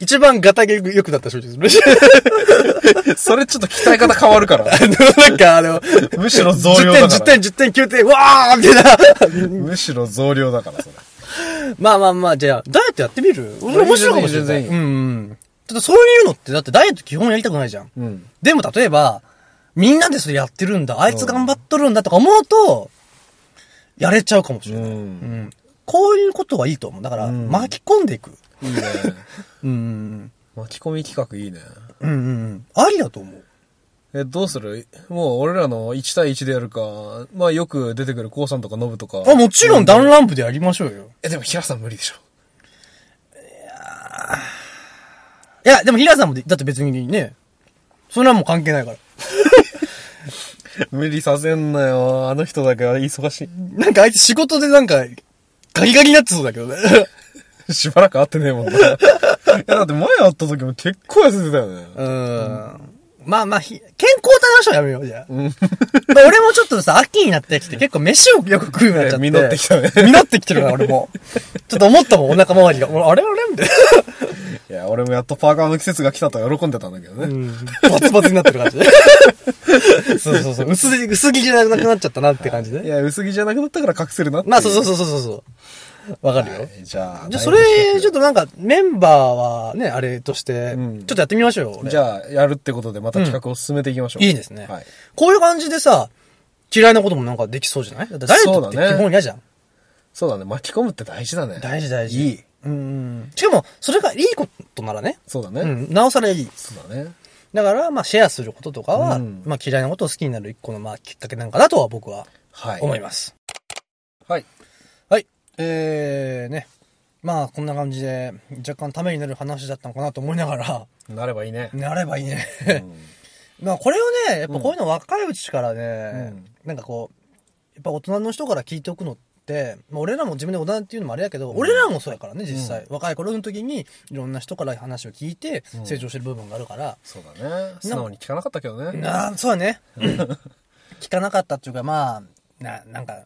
一番ガタが良くなった人にする。 それちょっと鍛え方変わる から。あのなんかあの、むしろ増10量だ点、10から。点、10点、9点、わーみたいな。むしろ増量だから、それ。まあまあまあ、じゃあ、ダイエットやってみる俺面白いかもしれな全い。然いい全うんうん。ただそういうのって、だってダイエット基本やりたくないじゃん。うん。でも例えば、みんなでそれやってるんだ、あいつ頑張っとるんだとか思うと、やれちゃうかもしれない。うんうんこういうことはいいと思う。だから、うん巻き込んでいく。いいね。うん巻き込み企画いいね。うんうん。うんうんうん。ありだと思う。え、どうするもう俺らの1対1でやるか、まあよく出てくるコウさんとかノブとか。あ、もちろん弾丸部でやりましょうよ。え、でも平さん無理でしょ。 いや、でも平さんもで、だって別にね、それはもう関係ないから。無理させんなよ。あの人だけは忙しなんかあいつ仕事でなんか、ガリガリになってそうだけどね。い。 しばらく会ってねえもんな。いや、だって前会った時も結構痩せてたよね。うん。まあまあ、ひ健康体の人はやめようじゃん。うん。まあ俺もちょっとさ、秋になってきて結構飯をよく食うようになっちゃって。実ってきたね 実ってきてるな、俺も。ちょっと思ったもん、お腹周りが。俺あれあれみたいいや、俺もやっとパーカーの季節が来たと喜んでたんだけどね。な。バツバツになってる感じ で。そうそうそう。薄い、薄着じゃなくなっちゃったなって感じいで。や、薄着じゃなくなったから隠せるなっていまあそうそうそうそうそう。わかるよ。はいじゃあ、じゃあそれ、ちょっとなんか、メンバーはね、あれとしてう、んちょっとやってみましょうよ。俺じゃあ、やるってことでまた企画を進めていきましょう。いいですね。はい。こういう感じでさ、嫌いなこともなんかできそうじゃないだってダイエットってそうだ基ね本嫌じゃん。そうだね、巻き込むって大事だね。大事大事。いい。うんうん。しかも、それがいいことならね。そうだね。うん。なおさらいい。そうだね。だから、まあ、シェアすることとかは、うんまあ、嫌いなことを好きになる一個の、まあ、きっかけなんかなとは僕ははい。思います。はい。はい。えー、ね。まあ、こんな感じで、若干ためになる話だったのかなと思いながら、なればいいね。なればいいね。うん まあこれをね、やっぱこういうの若いうちからね、なんかこう、やっぱ大人の人から聞いておくのって、まあ、俺らも自分で大人っていうのもあれやけど、俺らもそうやからね、実際。若い頃の時に、いろんな人から話を聞いて、成長してる部分があるから、そうだね。素直に聞かなかったけどね。なあ、そうや ね。聞かなかったっていうか、まあ、な、なんか、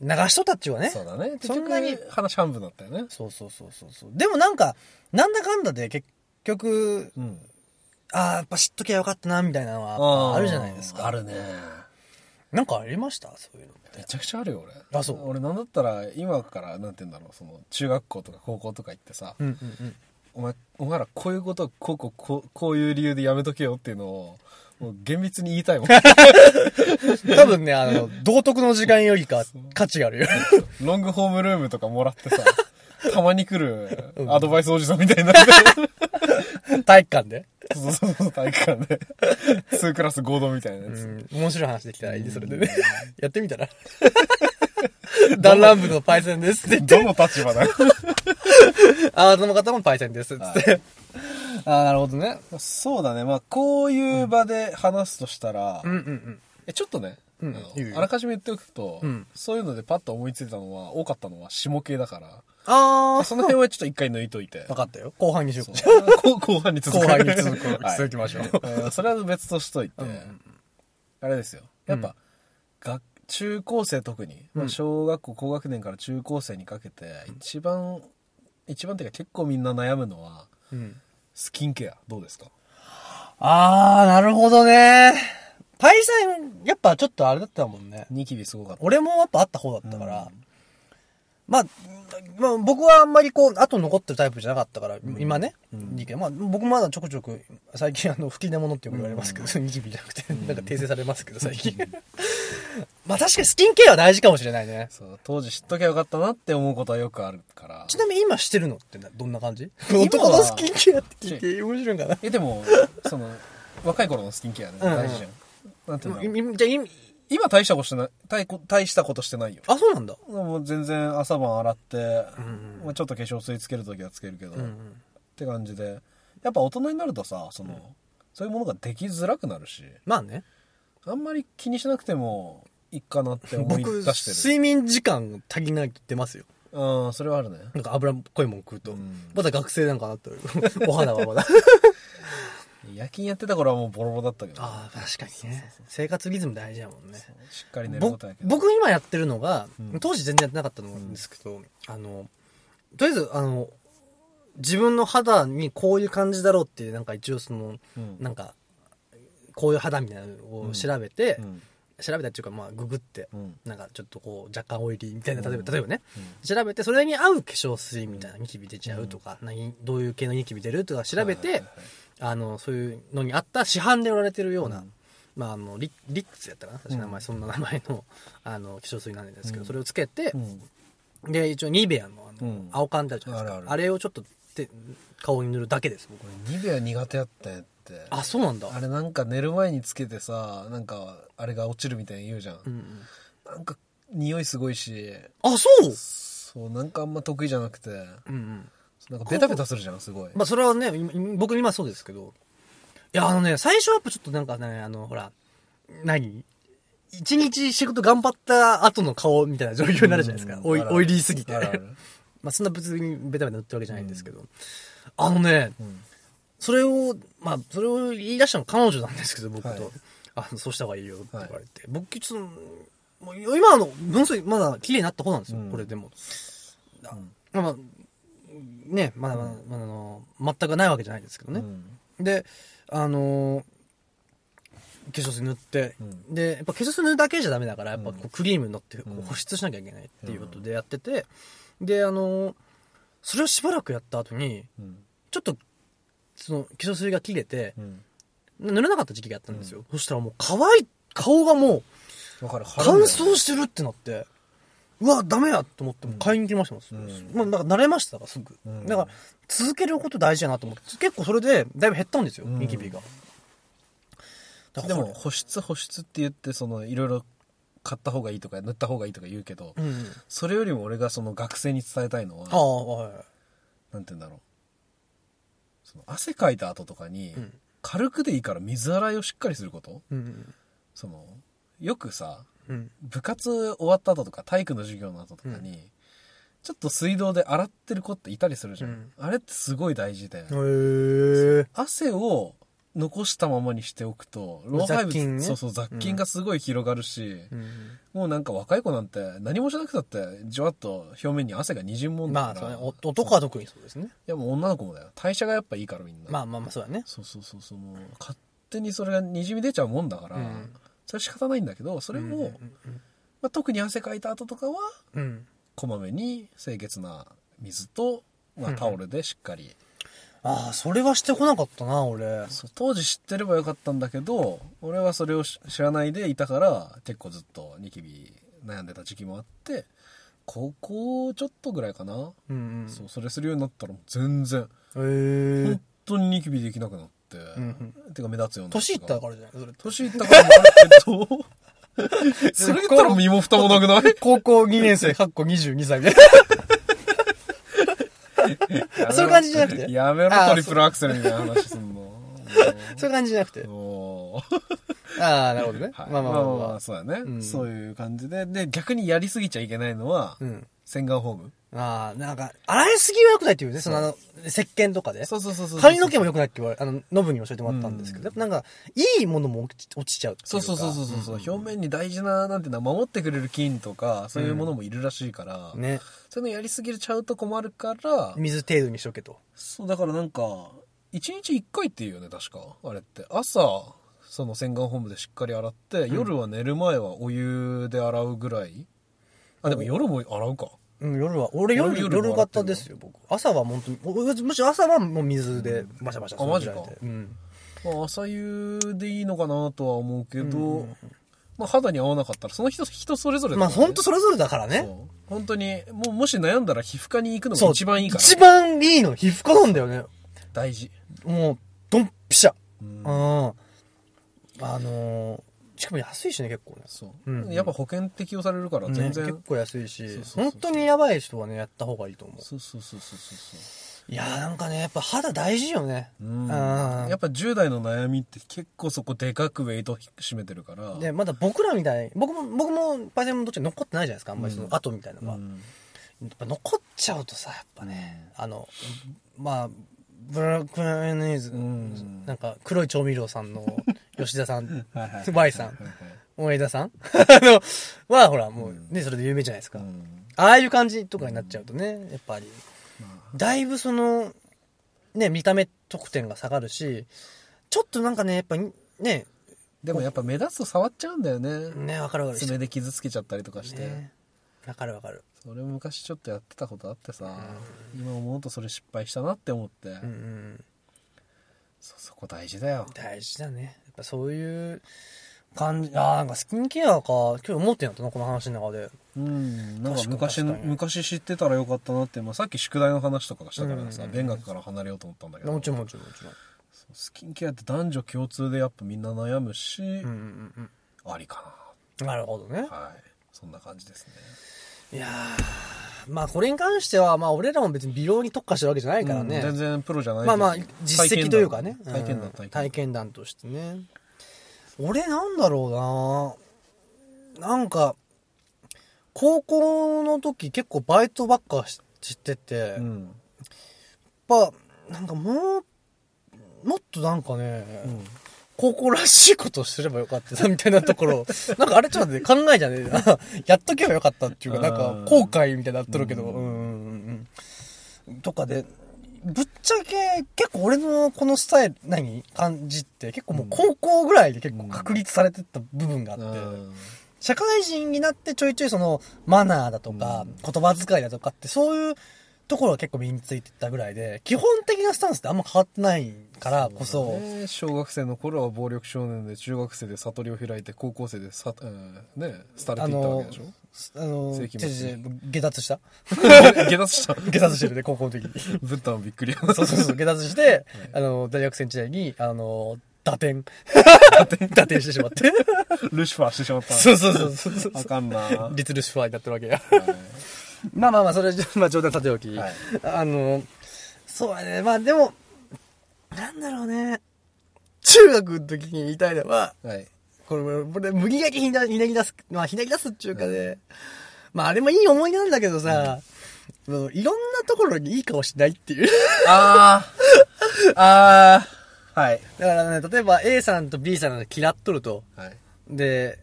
流しとったっていうかね。そうだね。結そんなに局、話半分だったよね。そうそうそうそうそう。でもなんか、なんだかんだで結局、うん。ああ、やっぱ知っときゃよかったな、みたいなのはやっぱあるじゃないですか。あるね。なんかありましたそういうの。めちゃくちゃあるよ、俺。あそう俺なんだったら、今から、なんて言うんだろう、その、中学校とか高校とか行ってさ、うんうんうん。お前、お前らこういうこと、こうこう、こう、こういう理由でやめとけよっていうのを、もう厳密に言い たいもん。多分ね、あ の、道徳の時間よりか価値があるよ。 ロングホームルームとかもらってさ、たまに来るアドバイスおじさんみたいになって、 体育館で。そうそうそう、体育館で、2クラス合同みたいなやうつ。ん。面白い話できたらいいね、それでね。 やってみたら。ダンラン部のパイセンですって言っどて、の立場だよ。あーその方もパイセンですってって。ああ、なるほどね。そうだね、まあこういう場で話すとしたら、うんうんえちょっとね、うんあの言うよあらかじめ言っておくと、うんそういうのでパッと思いついたのは、多かったのは下系だから、ああ、その 辺はちょっと一回抜いといてわ。かったよ。後半にしよう。そう後後半に続く。後半に続くはい続きましょ うえーそれは別としといて、あれですよ。やっぱ、学中高生特に、まあ、小学校高学年から中高生にかけて、一番、一番っていうか結構みんな悩むのは、うん。スキンケア、どうですかあー、なるほどね。パイセン、やっぱちょっとあれだったもんね。ニキビすごかった。俺もやっぱあった方だったから、まあ、まあ、僕はあんまりこう、後残ってるタイプじゃなかったから、今ね、ニキビ。まあ、僕まだちょくちょく、最近あの、吹き出物ってよく言われますけど、ニキビじゃなくて、なんか訂正されますけど、最近。まあ確かにスキンケアは大事かもしれないね。そう、当時知っときゃよかったなって思うことはよくあるから。ちなみに今してるのってなどんな感じ今は男のスキンケアって聞いて面白いんかなえ、でも、その、 若い頃のスキンケアね、うんうん大事じゃん。なんていうのいいじゃあい、今大したことしてない、大こ大したことしてないよ。あ、そうなんだ。もう全然朝晩洗って、んまあ、ちょっと化粧水つけるときはつけるけど、うんうっん。て感じで。やっぱ大人になるとさ、その、そういうものができづらくなるし、まあね。あんまり気にしなくてもいいかなって思い僕、出してる。睡眠時間足りないって言ってますよ。うん、それはあるね。なんか脂っこいもん食うと。うんまだ学生なん かなって。お肌はまだ。夜勤やってた頃はもうボロボロだったけど、ああ、確かにね。生活リズム大事やもんね。しっかり寝るこぼとやけど。僕今やってるのが、うん当時全然やってなかったと思うんですけど、あの、とりあえず、あの、自分の肌にこういう感じだろうっていう、なんか一応その、うんなんか、こういう肌みたいなのを調べて、うん調べたっていうか、まあ、ググって、うんなんかちょっとこう、若干オイリーみたいな、例えうんば、例えばね、調べて、それに合う化粧水みたいな、ニキビ出ちゃうとか、何どういう系のニキビ出るとか調べはいてはい、あの、そういうのにあった市販で売られてるような、うんまあ、あのリ、リックスやったかな、私名前、うんそんな名前の、 あの、化粧水なんですけど、うんそれをつけてう、んで、一応、ニベアの、あうの、ん青缶ってあるじゃないですか。ああるあるれをちょっと手、顔に塗るだけです、僕これニベア苦手やったんやってああ、そうなんだ。れなんか寝る前につけてさなんかあれが落ちるみたいに言うじゃん、うんうんなんか匂いすごいしあ、そうそうなんかあんま得意じゃなくてうんうん。なんかベタベタするじゃんすごい、まあそれはね、今僕今そうですけど。いや、あのね、最初はやっぱちょっとなんかね、あの、ほら、何一日仕事頑張った後の顔みたいな状況になるじゃないですか。うんオイあるあるオイリーすぎて。あるあるまあそんな別にベタベタ塗ってるわけじゃないんですけど。あのね、んそれを、まあそれを言い出したの彼女なんですけど、僕と。はいあのそうした方がいいよって言われて。僕、ちょっと、もう今の、ものすごいまだ綺麗になった方なんですよ、うんこれでも。 あうんまあまあ、ね、まだまだ、まだあの、全くないわけじゃないですけどうね。んで、あのー化粧水塗って、うで、やっぱ化粧水塗るだけじゃダメだから、やっぱこううクリーム塗ってこうんう保湿しなきゃいけないっていうことでやってて、で、あのーそれをしばらくやった後に、うんちょっと、その化粧水が切れてう、ん塗れなかった時期があったんですよ。そしたらもう乾い、顔がもうわかる乾燥してるってなって、うわ、ダメやと思って、もう買いに来ましたもん。うんまあ、なんか慣れましたから、すぐ。うんだから、続けること大事やなと思って、結構それで、だいぶ減ったんですよ、うんニキビが。だかでらも、保湿保湿って言ってそのいろいろ買った方がいいとか塗った方がいいとか言うけど、うんうん。それよりも俺がその学生に伝えたいのはああ、はい。なんて言うんだろう。その汗かいた後とかに、うん軽くでいいから水洗いをしっかりすることうんその、よくさ、うん。うん。部活終わった後とか体育の授業の後とかに、ちょっと水道で洗ってる子っていたりするじゃん。うんあれってすごい大事で、へえ。汗を残したままにしておくと、老廃雑物、菌ねそうそう、雑菌がすごい広がるし、うんもうなんか若い子なんて何もしなくたって、じわっと表面に汗が滲むもんだまかあ、ら。そうね。お男は特にそうですね。いやもう女の子もだよ。代謝がやっぱいいからみんな。まあまあまあ、そうだね。そうそうそうそうもう勝手にそれがにじみ出ちゃうもんだから、うんそれは仕方ないんだけどそれを、うんうんまあ、特に汗かいた後とかはうん。うん。こまめに清潔な水と、まあ、うんうんタオルでしっかり、ああ、それはしてこなかったな、俺。そう当時知ってればよかったんだけど俺はそれをし知らないでいたから結構ずっとニキビ悩んでた時期もあって高校ちょっとぐらいかな、うんうん。そうそれするようになったらもう全然へえ本。当にニキビできなくなって、んてか目立つようにな年いったらからじゃないそれ年いったからもあるけど それ言ったら身も蓋もなくない高校2年生、かっこ22歳みたいな。 そういう感じじゃなくてやめろあートリプルアクセルみたいな話すんのそういう感じじゃなくて。もうああ、なるほどね。はい まあまあまあまあ。そうだね、うんそういう感じでで逆にやりすぎちゃいけないのは、うん。洗顔フォームああ、なんか、洗いすぎは良くないっていうね、そのあの、石鹸とかで。そうそうそうそう髪の毛も良くないって言われ、あの、ノブに教えてもらったんですけうんど、やっぱなんか、いいものも落ち落ちちゃうっていうか。そうそうそうそうそう、表面に大事ななんていうの守ってくれる菌とかそういうものもいるらしいから、ね。そういうのやりすぎちゃうと困るから、水程度にしとけと。そうだからなんか一日一回っていうよね、確か。あれって。朝、その洗顔本部でしっかり洗って、夜は寝る前はお湯で洗うぐらい。あ、でも夜も洗うか。うん、夜は、俺夜、俺夜夜も洗って型るですよ、僕。朝は本当にお、むしろ朝はもう水でバシャバシャあマジかするぐらいでうん。まあ、朝湯でいいのかなとは思うけど、まあ、肌に合わなかったら、その人、人それぞれだまかあらね本当それぞれだからそね。う本当に、もう、もし悩んだら皮膚科に行くのが一番いいから。一番いいの、皮膚科なんだよね。大事。もう、ドンピシャ。ううんん。あのーしかも安いしね、結構ね。そう、うんやっぱ保険適用されるから、ね全然。結構安いそしうそうそうそう本当にやばい人はね、やった方がいいと思。そうそうそうそうそういやーなんかね、やっぱ肌大事よね。う。うん。あーやっぱ10代の悩みって結構そこでかくウェイト占めてるから。で、まだ僕らみたい、僕も、僕も、パイセンもどっちも残ってないじゃないですか、あんまりその後みたいなのうが。ん。やっぱ残っちゃうとさ、やっぱね、あの、まあ、ブラックマヨネーズ、んなんか黒い調味料さんの吉田さん、はいはい Y さはいん、はい大枝さん あの、はほら、もうね、それで有名じゃないですか。うんああいう感じとかになっちゃうとね、やっぱり、まだいぶその、ね、見た目得点が下がるし、ちょっとなんかね、やっぱに、ね、でもやっぱ目立つと触っちゃうんだよね。ね、わかるわかる。爪で傷つけちゃったりとかして。ねわかるわかる。それ昔ちょっとやってたことあってさ、今思うとそれ失敗したなって思って、うんうん。そそこ大事だよ大事だね。やっぱそういう感じ、ああ、なんかスキンケアか、今日思ってんやったな、この話の中で。うんなんか確かに昔確かに昔知ってたらよかったなって、まあ、さっき宿題の話とかがしたからさ、うん勉学から離れようと思ったんだけどもちろんもちろんもちろん。スキンケアって男女共通でやっぱみんな悩むし、うんうんうんありかうん。なるほどねな。はいそんな感じですねいやーまあこれに関しては、まあ俺らも別に美容に特化してるわけじゃないからうんね。全然プロじゃないけまあどまあ、実績というかね。体験う談ん体験談,、体験談としてね。俺なんだろうななんか、高校の時結構バイトばっかししてて、やっうん、ぱ、なんかもう、もっとなんかね、うん、高校らしいことをすればよかったな、みたいなと ころ。なんかあれちょっと待って、考えじゃねえな。 やっとけばよかったっていうか、なんうかん後悔みたいになっとるけど、ううんんうんうん。とかで、ぶっちゃけ、結構俺のこのスタイル、何感じって、結構もう高校ぐらいで結構確立されてった部分があって、うん社会人になってちょいちょいその、マナーだとうか、ん言葉遣いだとかって、そういうところが結構身についてったぐらいで、基本的なスタンスってあんま変わってないからこそ、ね小学生の頃は暴力少年で中学生で悟りを開いて高校生でさ、うんね廃れていったわけでしょあの、世紀末違う違う下脱した 下脱した下脱してるね、高校の 時に。ブッダもびっくりやそうそうそう、下脱して、あの、大学生時代に、あの、打点。 打点してしまって。ルシファーしてしまったそうそうそうそうそう。あかんな、はいリトルシファーになってるわけや。まあまあまあ、それは、 まあ冗談さておき。はいあの、そうやね。まあでも、なんだろうね。中学の時に言いたいのは、はい、これ、これ、無理やりひなひねり出す、まあ、ひねり出すっていうかね、まあ、あれもいい思い出なんだけどさ、もういろんなところにいい顔しないっていう。 ああああはいだからね、例えば A さんと B さんが嫌っとると。はいで、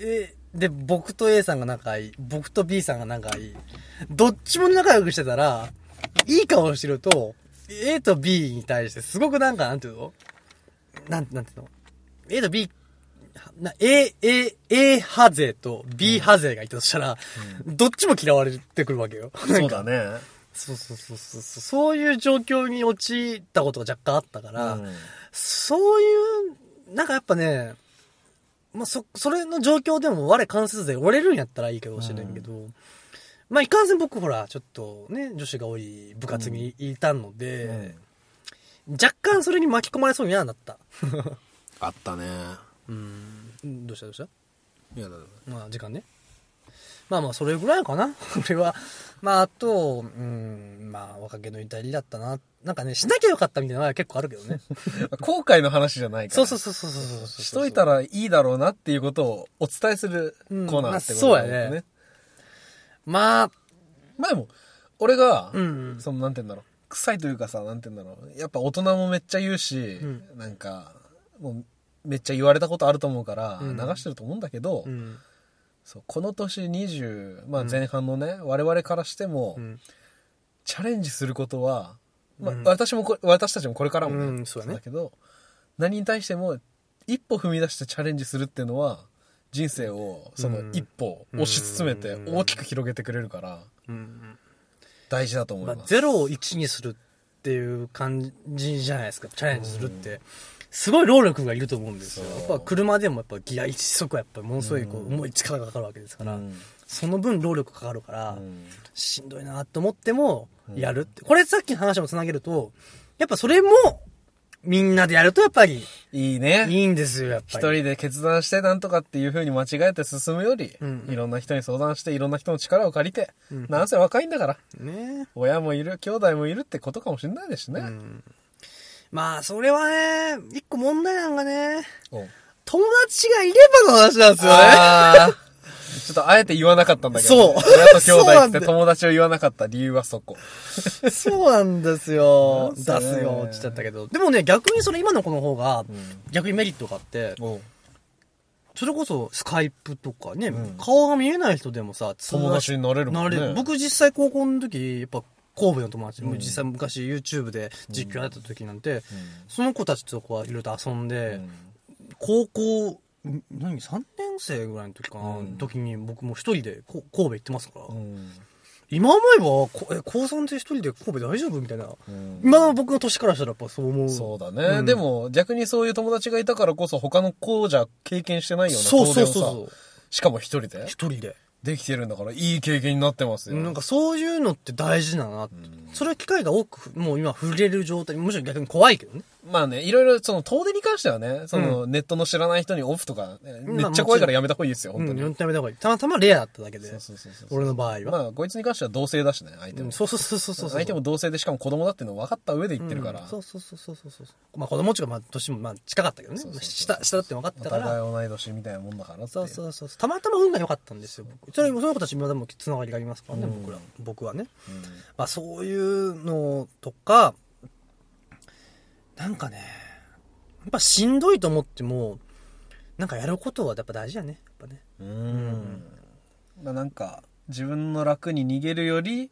え、で、僕と A さんが仲いい。僕と B さんが仲いい。どっちも仲良くしてたら、いい顔してると、A と B に対してすごくなんか、なんていうのなん、なんていうの ?A と B、な A、A、A 派勢と B 派勢がいたとしたら、どっちも嫌われてくるわけよ。そうだねそうそうそうそうそう。そういう状況に陥ったことが若干あったから、うんそういう、なんかやっぱね、まあ、そ、それの状況でも我関節で折れるんやったらいいかもしれんけど、まあ、いかんせん僕ほら、ちょっとね、女子が多い部活にいたので、若干それに巻き込まれそうに嫌になった。あったねうん、どうしたどうしたいやだだまあ、時間ね。まあまあ、それぐらいかな。 俺は。まあ、あと、うん、まあ、若気の至りだったな。なんかね、しなきゃよかったみたいなのは結構あるけどね。 後悔の話じゃないから そうそうそうそうそうそうそう。しといたらいいだろうなっていうことをお伝えするコーナーってことだうんまあそうやねねまあ、前も俺が、うん。そのなんて言うんだろう臭いというかさなんて言うんだろうやっぱ大人もめっちゃ言うし、うなんかもうめっちゃ言われたことあると思うからう流んしてると思うんだけど、うん。そうこの年20、まあ、前半のね、我々からしても、うん。チャレンジすることはまあうん私もこれ私たちもこれからもね、うんそうだねけど何に対しても一歩踏み出してチャレンジするっていうのは人生をその一歩押し進めてうん大きく広げてくれるからうん大事だと思いまあ、ます、ゼロを1にするっていう感じじゃないですか、チャレンジするって。すごい労力がいると思うんですよ。そうやっぱ車でもやっぱギア一速はやっぱものすごいこううん重い力がかかるわけですかうら、んその分労力かかるから、うんしんどいなと思ってもうんやるって。これさっきの話もつなげると、やっぱそれもみんなでやるとやっぱりいいねいいんですよ、やっ一ぱり。人で決断してなんとかっていう風に間違えて進むより、うんいろんな人に相談していろんな人の力を借りて、うんなんせ若いんだからね親もいる兄弟もいるってことかもしれないですしね、うんまあ、それはね、一個問題なんかね、お友達がいればの話なんですよね。あ ーちょっとあえて言わなかったんだけど、そう親と兄 そうな弟んってだ友達を言わなかった理由はそこ。そうなんですよ。なん出すねすよ、落ちちゃったけど。でもね、逆にその今の子の方が、逆にメリットがあって、おそれこそスカイプとかね、うん顔が見えない人でもさ、通話友達になれるもんね。なれる僕実際高校の時、やっぱ神戸の友達、うん実際昔 YouTube で実況やってた時なんて、うんその子たちとこういろいろと遊んで、うん高校、ん何 ?3 年生ぐらいの時かな、うん時に僕もう一人でこ神戸行ってますから、うん今思えばこ、え、高3で一人で神戸大丈夫みたいな。うん今の僕の年からしたらやっぱそう思う。そうだね、うんでも逆にそういう友達がいたからこそ他の子じゃ経験してないようなそうそう行動そをうさ。しかも一人で一人で。できてるんだからいい経験になってますよ。なんかそういうのって大事だなって。んそれは機会が多く、もう今触れる状態、むしろ逆に怖いけどね。まあね、いろいろその遠出に関してはね、そのネットの知らない人にオフとか、めっちゃ怖いからやめた方がいいですよ、う本当ん、に。 4体目だから、たまたまレアだっただけで。そうそうそうそう。俺の場合は。まあ、こいつに関しては同性だしね、相手うも。んそうそうそうそうそう。相手も同性で、しかも子供だっていうのを分かった上で言ってるから。うんそうそうそうそうそうそう。まあ子供っちゅうか、まあ年もまあ近かったけどね。そうそうそうまあ下、下だって分かっおたか互いら。同い年みたいなもんだからって。そうそうそう。たまたま運が良かったんですよ。僕それ、その子たち今でもつながりがありますからね、うん僕ら。僕はね。うんまあそういうのとか、なんかね、やっぱしんどいと思っても、なんかやることはやっぱ大事だね。やっぱね。うーん。まあなんか、自分の楽に逃げるより、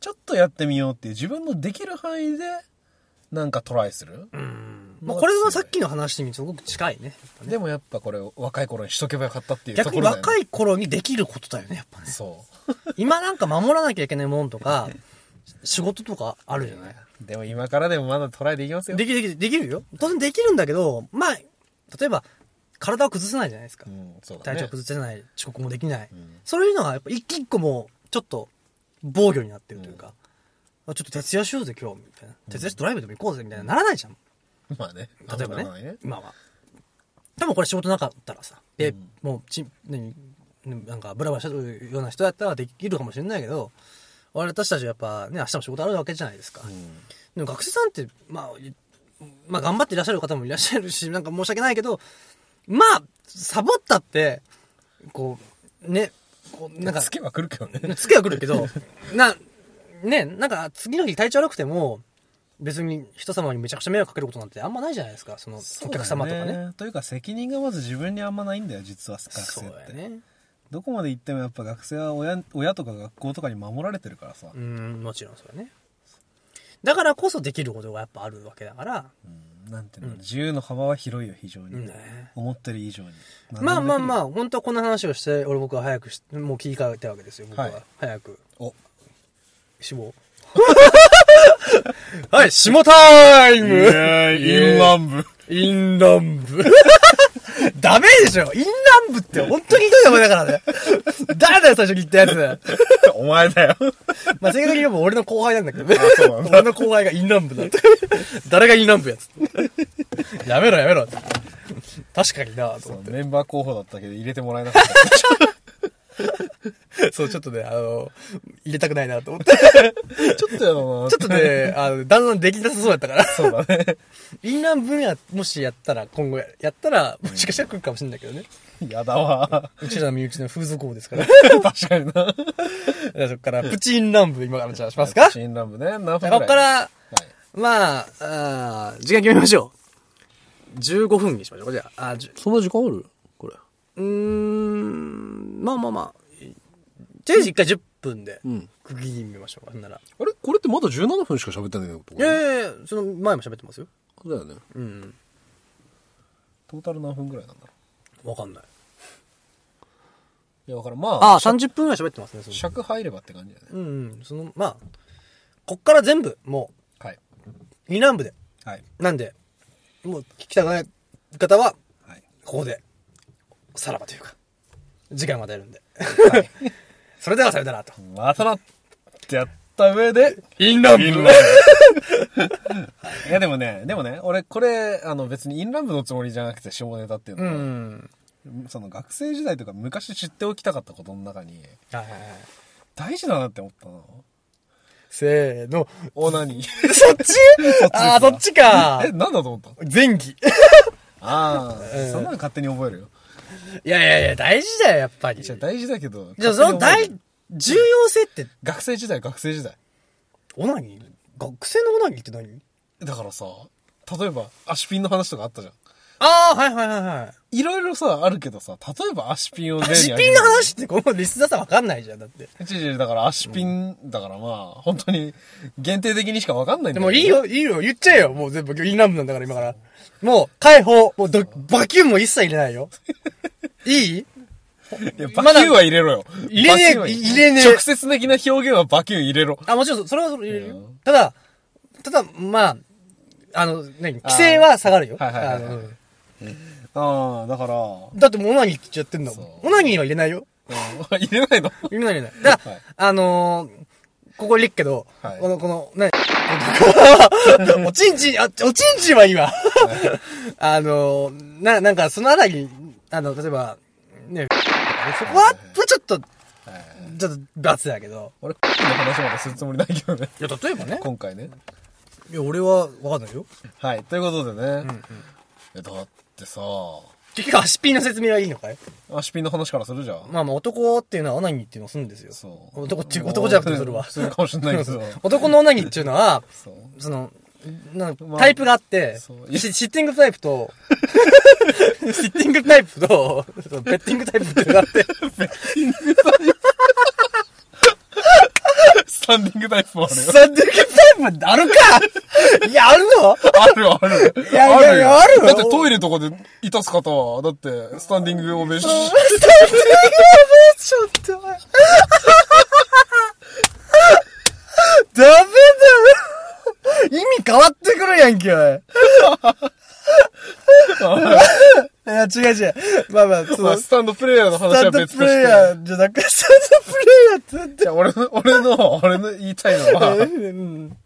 ちょっとやってみようっていう、自分のできる範囲で、なんかトライする。うん。まあこれはさっきの話にすごく近いね。やっぱねでもやっぱこれ、若い頃にしとけばよかったっていうとこ逆にろだよね。若い頃にできることだよね、やっぱね。そう。今なんか守らなきゃいけないもん とか、仕事とかあるじゃないでも今からでもまだトライできますよ。できる、できる、できるよ。当然できるんだけど、まあ、例えば、体を崩さないじゃないですかう。ん、そうだ体ね。調崩せない、遅刻もできない。うんそういうのは、やっぱ一個一個もう、ちょっと、防御になってるというか、あちょっと徹夜しようぜ、今日、みたいな。徹夜してドライブでも行こうぜ、みたいな。ならないじゃん。まあね。例えばあんまりね、今は。多分これ仕事なかったらさ、で、もうち、何、なんかブラブラしてるような人だったらできるかもしれないけど、我々私たちはやっぱね、明日も仕事あるわけじゃないですか。うんでも学生さんって、まあ、いまあ頑張っていらっしゃる方もいらっしゃるし、なんか申し訳ないけど、まあ、サボったって、こう、ね、こう、なんか、つけは来るけどね。つけは来るけ ど、な、ね、なんか次の日体調悪くても、別に人様にめちゃくちゃ迷惑かけることなんてあんまないじゃないですか、そのお客様とかね。。というか責任がまず自分にあんまないんだよ、実は学そ生うっだて。よね。どこまで行ってもやっぱ学生は親親とか学校とかに守られてるからさ。うん、もちろんそうだね。だからこそできることがやっぱあるわけだから、うんなんていうの、自由の幅は広いよ、非常に。ね思ってる以上に。まあまあまあ。あ、本当はこんな話をして、俺僕は早くし、もう切り替えたわけですよ、僕は。はい早く。お、死亡。 はい、下タイイムェイインンラランブ。インランブ。 ダメでしょインランブって本当にひどい名前だからね。誰だよ、最初に言ったやつ。 お前だよ。まあ、正確に言えば俺の後輩なんだけどねそうなん。だ俺の後輩がインランブだって。誰がインランブやつって。やめろやめろって。確かになと思って。メンバー候補だったけど入れてもらえなかった。そう、ちょっとね、あの、入れたくないなと思って。 ちょっとやだな。ちょっとね、あの、だんだんできなさそうだったから。そうだね。インランブや、もしやったら、今後ややったら、もしかしたら来るかもしれないけどね。 やだわ。うちらの身内の風俗王ですから。 確かにな。じゃあそっから、プチインランブ今からじゃあしますかじインランブね。何分くゃらあいこっか。ら、はいまあ、あー時間決めましょう。15分にしましょう。じゃあ、あじゅそんな時間あるこれ。うーん、まあまあまあ。とりあえず一回10分でうん。区切り見ましょうか、なんなら。あれこれってまだ17分しか喋ってないのといやいやいや、その前も喋ってますよ。だよね。うん。トータル何分ぐらいなんだろわかんない。う。いや、だからんまあ、ああ、30分ぐらい喋ってますね、その尺入ればって感じだよね。うんうん、その、まあ、こっから全部、もはい。う、二段部で。はい。なんで、もう聞きたくない方は、はい。ここで、さらばというか、次回までやるん で。それではさよならと。またなってやった上で、インランインブランいやでもね、でもね、俺これ、あの別にインランブのつもりじゃなくて下ネタっていううのは、ん。その学生時代とか昔知っておきたかったことの中に、はいはいはい。大事だなって思ったの。せー の。オナニー。そそっっちちですかああ、そっちか え、。なんだと思った前 儀。いああ、うんそんなの勝手に覚えるよ。やいやいや、大事だよ、やっぱり。じじゃあ大事だけど。ゃあ、そ勝の手大に覚える、重要性って、学生時代、学生時代。オナニー学生のオナニーって何だからさ、例えば、足ピンの話とかあったじゃん。ああ、はいはいはいはい。いろいろさ、あるけどさ、例えば足ピンを例 に足挙げピるンの話ってこのリスナーさんわかんないじゃん、だって。違う違うだから足ピン、だからまあ、本当に、限定的にしかわかんないんだけでどもいいよ、いいよ、言っちゃえよ、もう全部、インランブなんだから今から。もう、解放。もうど、バキュームも一切入れ ないよ。いいいや、バキューンは入れろよ。入れねバキュえーンは入れねえ直接的な表現はバキューン入れろ。あ、もちろん、それはそれ入れるいいよよ。ただ、ただ、まあ、あの、何規制は下がるよ。はいはいはいはいあのうんああ、だから、うだってもうオナニーって言っちゃってんだもんそ。オナニーは入れないよ。ん 入れないの入れない入れない。だから、はいあのー、ここに行くけど、はいこの、この、何 このおちんちん、あ、おちんちんはいいわ。 あのー、な、なんかそのあたり、あの、例えば、ね、そこは、ちょっと、ちょっと、罰だけど。俺、この話までするつもりないけどね。いや、例えばね。今回ね。いや、俺はわかんないよ。はい、ということでね。えだってさ、結局、足ピンの説明はいいのかい足ピンの話からするじゃん。まあまあ、男っていうのはオナニーっていうのをするんですよ。そう男っていう、男じゃなくてそれは。するかもしれ ないけど。男のオナニーっていうのは、そう。その、なまあタイプがあって、そうシシッティングタイプ と、シッティングタイプと、そのベッティングタイプっていうのがあ って、スタンディングタイプもあるよス。タンディングタイプあるかいや、あるのあるよ、あるよ。いやいやよいやあるよだってトイレとかでいたす方は、だって、スタンディングオベーション。ちょっと待って。ダメだよ。意味変わってくるやんけ、おい。いや、違う違う。まあまあ、そまの、あススタンドプレイヤーの話タはンド別プとレイして。ヤーじゃなくて、スタンドプレイヤーってなんじゃあ俺の、 俺の、俺の言いたいのは、て。うん。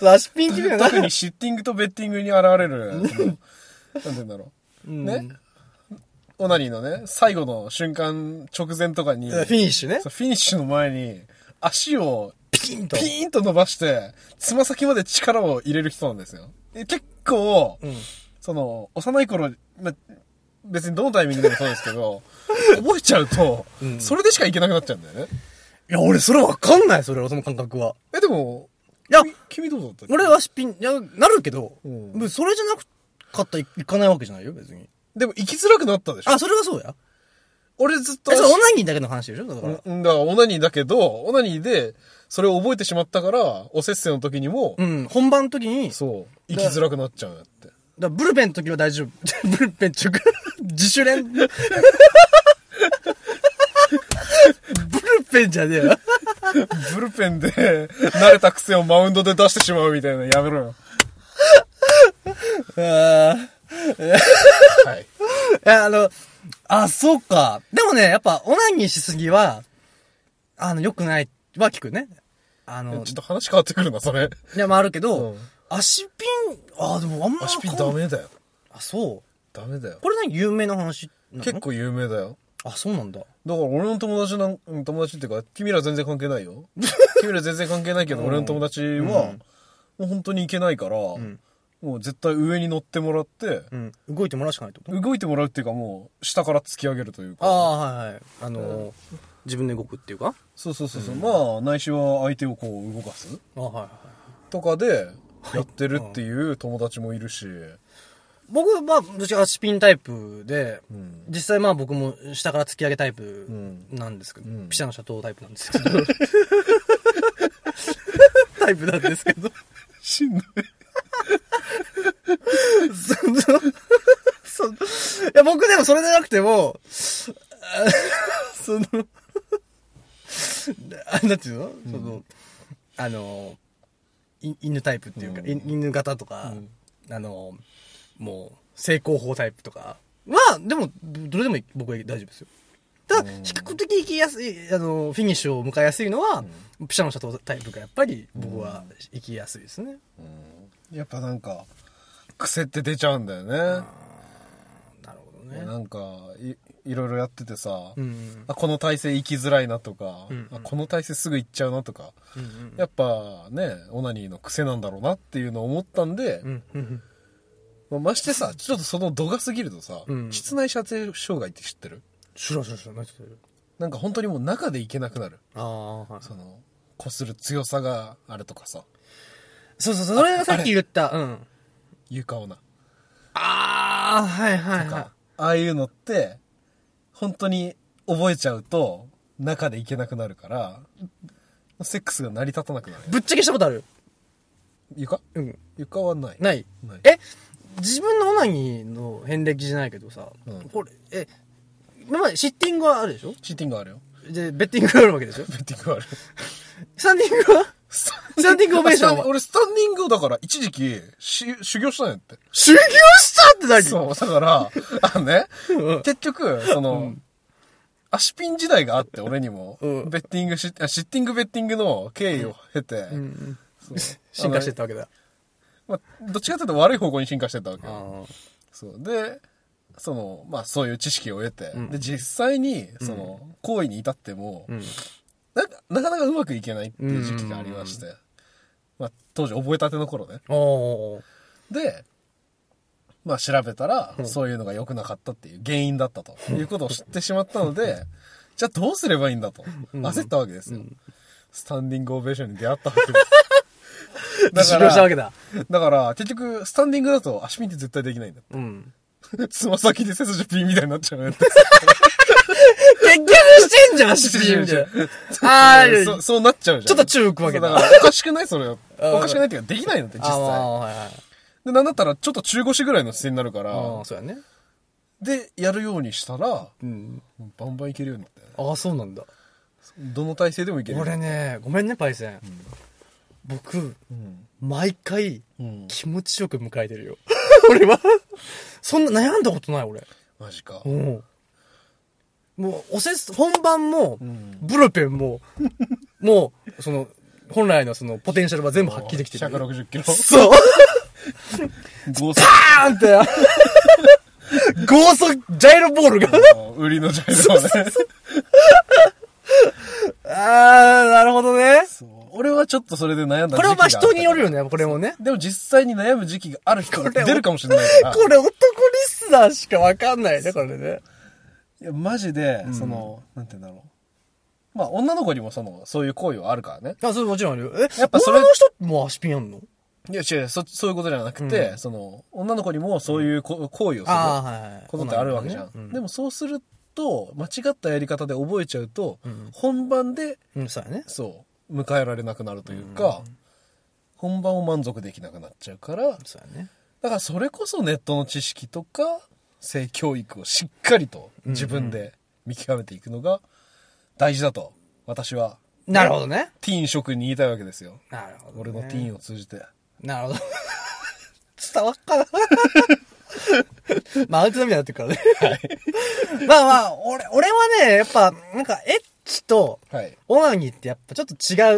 そう足ピン気味がな。特にシッティングとベッティングに現れる、そのなんて言うんだろう。ね。オナニーのね、最後の瞬間直前とかに、フそうィニッシュね。フィニッシュの前に、足をピンと。ピーンと伸ばして、つま先まで力を入れる人なんですよ。で結構、んその、幼い頃、ま、別にどのタイミングでもそうですけ ど、覚えちゃうと、それでしかいけなくなっちゃうんだよね。いや、俺それわかんない、それ、その感覚は。え、でも、いや、君どうだった俺は足ピン、いや、なるけど、うん別にそれじゃなかったらいかないわけじゃないよ、別に。でも、生きづらくなったでしょあ、それはそうや。俺ずっとえ、それオナニーだけの話でしょだから。うんだから、オナニーだけど、オナニーで、それを覚えてしまったから、おせっせの時にも、うん、本番の時に、だかそう、生きづらくなっちゃうんだって。らブルペンの時は大丈夫。ブ ルペン中か、自主練。ブルペンじゃねえ よ。ブルペンで、慣れた癖をマウンドで出してしまうみたいなのやめろよ。 あはい。ーいや、あの、あ、そうか。でもね、やっぱ、オナニーしすぎは、あの、良くないは聞くね。あのちょっ、と話変わってくるな、それ。でもあるけど、うん足ピン、あ、でもあんま足ピンわかんダメだよ。あ、そう。ダメだよ。これ何有名な話なの結。構有名だよ。あ、そうなんだ。だから俺の友達なん、うん友達っていうか、君ら全然関係ない よ。君ら全然関係ないけど、俺の友達は、もう本当に行けないから、もう絶対上に乗ってもらって、うん。動いてもらうしかないってこと動いてもらうっていうかもう、下から突き上げるというあか。あ、はいはい。あのー、自分で動くっていうかそうそうそうそう。まあ、ないしは相手をこう動かすあはいはい。とかで、やってるっていう友達もいるし、僕は、まあ、どっちか足ピンタイプで、ん実際まあ僕も下から突き上げタイプんなんですけど、うんピシャのシャトータイプなんですけど。 タイプなんですけど。しんどい。その そのいや、僕でもそれでなくても、 あその、 あなんていうの、その、あの、い犬タイプっていうか、うんい犬型とか、あの、もう、成功法タイプとかは、でも、どどれでもいい僕は大丈夫ですよ。ただ、うん比較的行きやすい、あの、フィニッシュを迎えやすいのは、ピシャのシャトータイプがやっぱり僕は行きやすいですね。やっぱなんか、癖って出ちゃうんだよね。なるほどね。なんかい、いろいろやっててさ、うん。あこの体勢行きづらいなとか、うんうんあこの体勢すぐ行っちゃうなとか、うんうんやっぱね、オナニーの癖なんだろうなっていうのを思ったんで、うんうんまあましてさ、ちょっとその度が過ぎるとさ、うん室内射精障害って知ってる知らん知らん知らん何してるなんか本当にもう中で行けなくなる。ああ、はい。その、擦る強さがあるとかさ、そうそうそう、それがさっき言った、うん。床オナああ、はいはいとか、はああいうのって、本当に覚えちゃうと、中で行けなくなるから、セックスが成り立たなくなるい。。ぶっちゃけしたことある床うん。床はない。ない。ないえ自分のオナニーの遍歴じゃないけどさ、うんこれ、え、今までシッティングはあるでしょシーティングあるよ。で、ベッティングがあるわけでしょ ベッティングある。スタンディングはススタンディングオベーション は俺、スタンディングをだから、一時期、し修行したんやって。修行したって何そう、だから、 あのね、結局、その、足ピン時代があって、俺にも、うんベッティングシあシッティングベッティングの経緯を経て、うんそう 進化してったわけだ。あのねまあ、どっちかというと悪い方向に進化してったわけよ。あそう。で、その、まあそういう知識を得て、うんで、実際に、その、行為に至っても、うん。なんか、なかなかうまくいけないっていう時期がありまして、まあ当時覚えたての頃ね。おー。で、まあ調べたらう、んそういうのが良くなかったっていう原因だったということを知ってしまったので、じゃあどうすればいいんだとうん焦ったわけですよ。スタンディングオベーションに出会ったわけで 修す。だ行したかわけだ。ら、だから結局、スタンディングだと足ピンって絶対できないんだ。うん。 つま先で背筋ピンみたいになっちゃうねって。 結局してんじゃん、シッティングで。 あー、そう、そうなっちゃうじゃん。ちょっと宙浮くわけだそうからおかしくないそれ。おあーかしくないっていうか、できないのって実あーまあ際。はいはい。で、なんだったらちょっと中腰ぐらいの姿勢になるから、ああ、そうやね。で、やるようにしたら、うん。バンバンいけるようになって。ああ、そうなんだ。どの体勢でもいける。俺ね、ごめんね、パイセン。僕、うん。毎回、うん。気持ちよく迎えてるよ。 俺は。そんな悩んだことない、俺。マジかう。ん。もう、おせす、本番もう、ん。ブルペンも、 もう、その、本来のその、ポテンシャルは全部発揮できてる。 160キロ。そう 合パーンって、 高速ジャイロボールが。成。売りのジャイロね。 あー、なるほどね。 そう俺はちょっとそれで悩んだ時期があったこれはまあ人によるよね、これもね。でも実際に悩む時期がある人がれ出るかもしれないから。これ男リスナーしかわかんないね、これね。いやマジで、そのなんて言うんだろうまあ女の子にもそのそういう行為はあるからねあ、それもちろんあるよ。え、やっぱそれ女の人ってもう足ピンやんのいや違うそそういうことじゃなくて、その女の子にもそういうこ、行為をすあるーはいはいことってあるわけじゃん、そうなんだねうんでもそうすると間違ったやり方で覚えちゃうと、ん本番でうん、そうやね。そう迎えられなくなるというか、本番を満足できなくなっちゃうからだかそうやね。らそれこそネットの知識とか性教育をしっかりと自分で見極めていくのが大事だと私はなるほどね。ティーン諸君に言いたいわけですよ。なるほど、俺のティーンを通じて。なるほど。伝わっ かなまあ、アウトダメになってるからね。まあまあ、俺、俺はね、やっぱ、なんか、エッチと、はい。オナニーってやっぱちょっと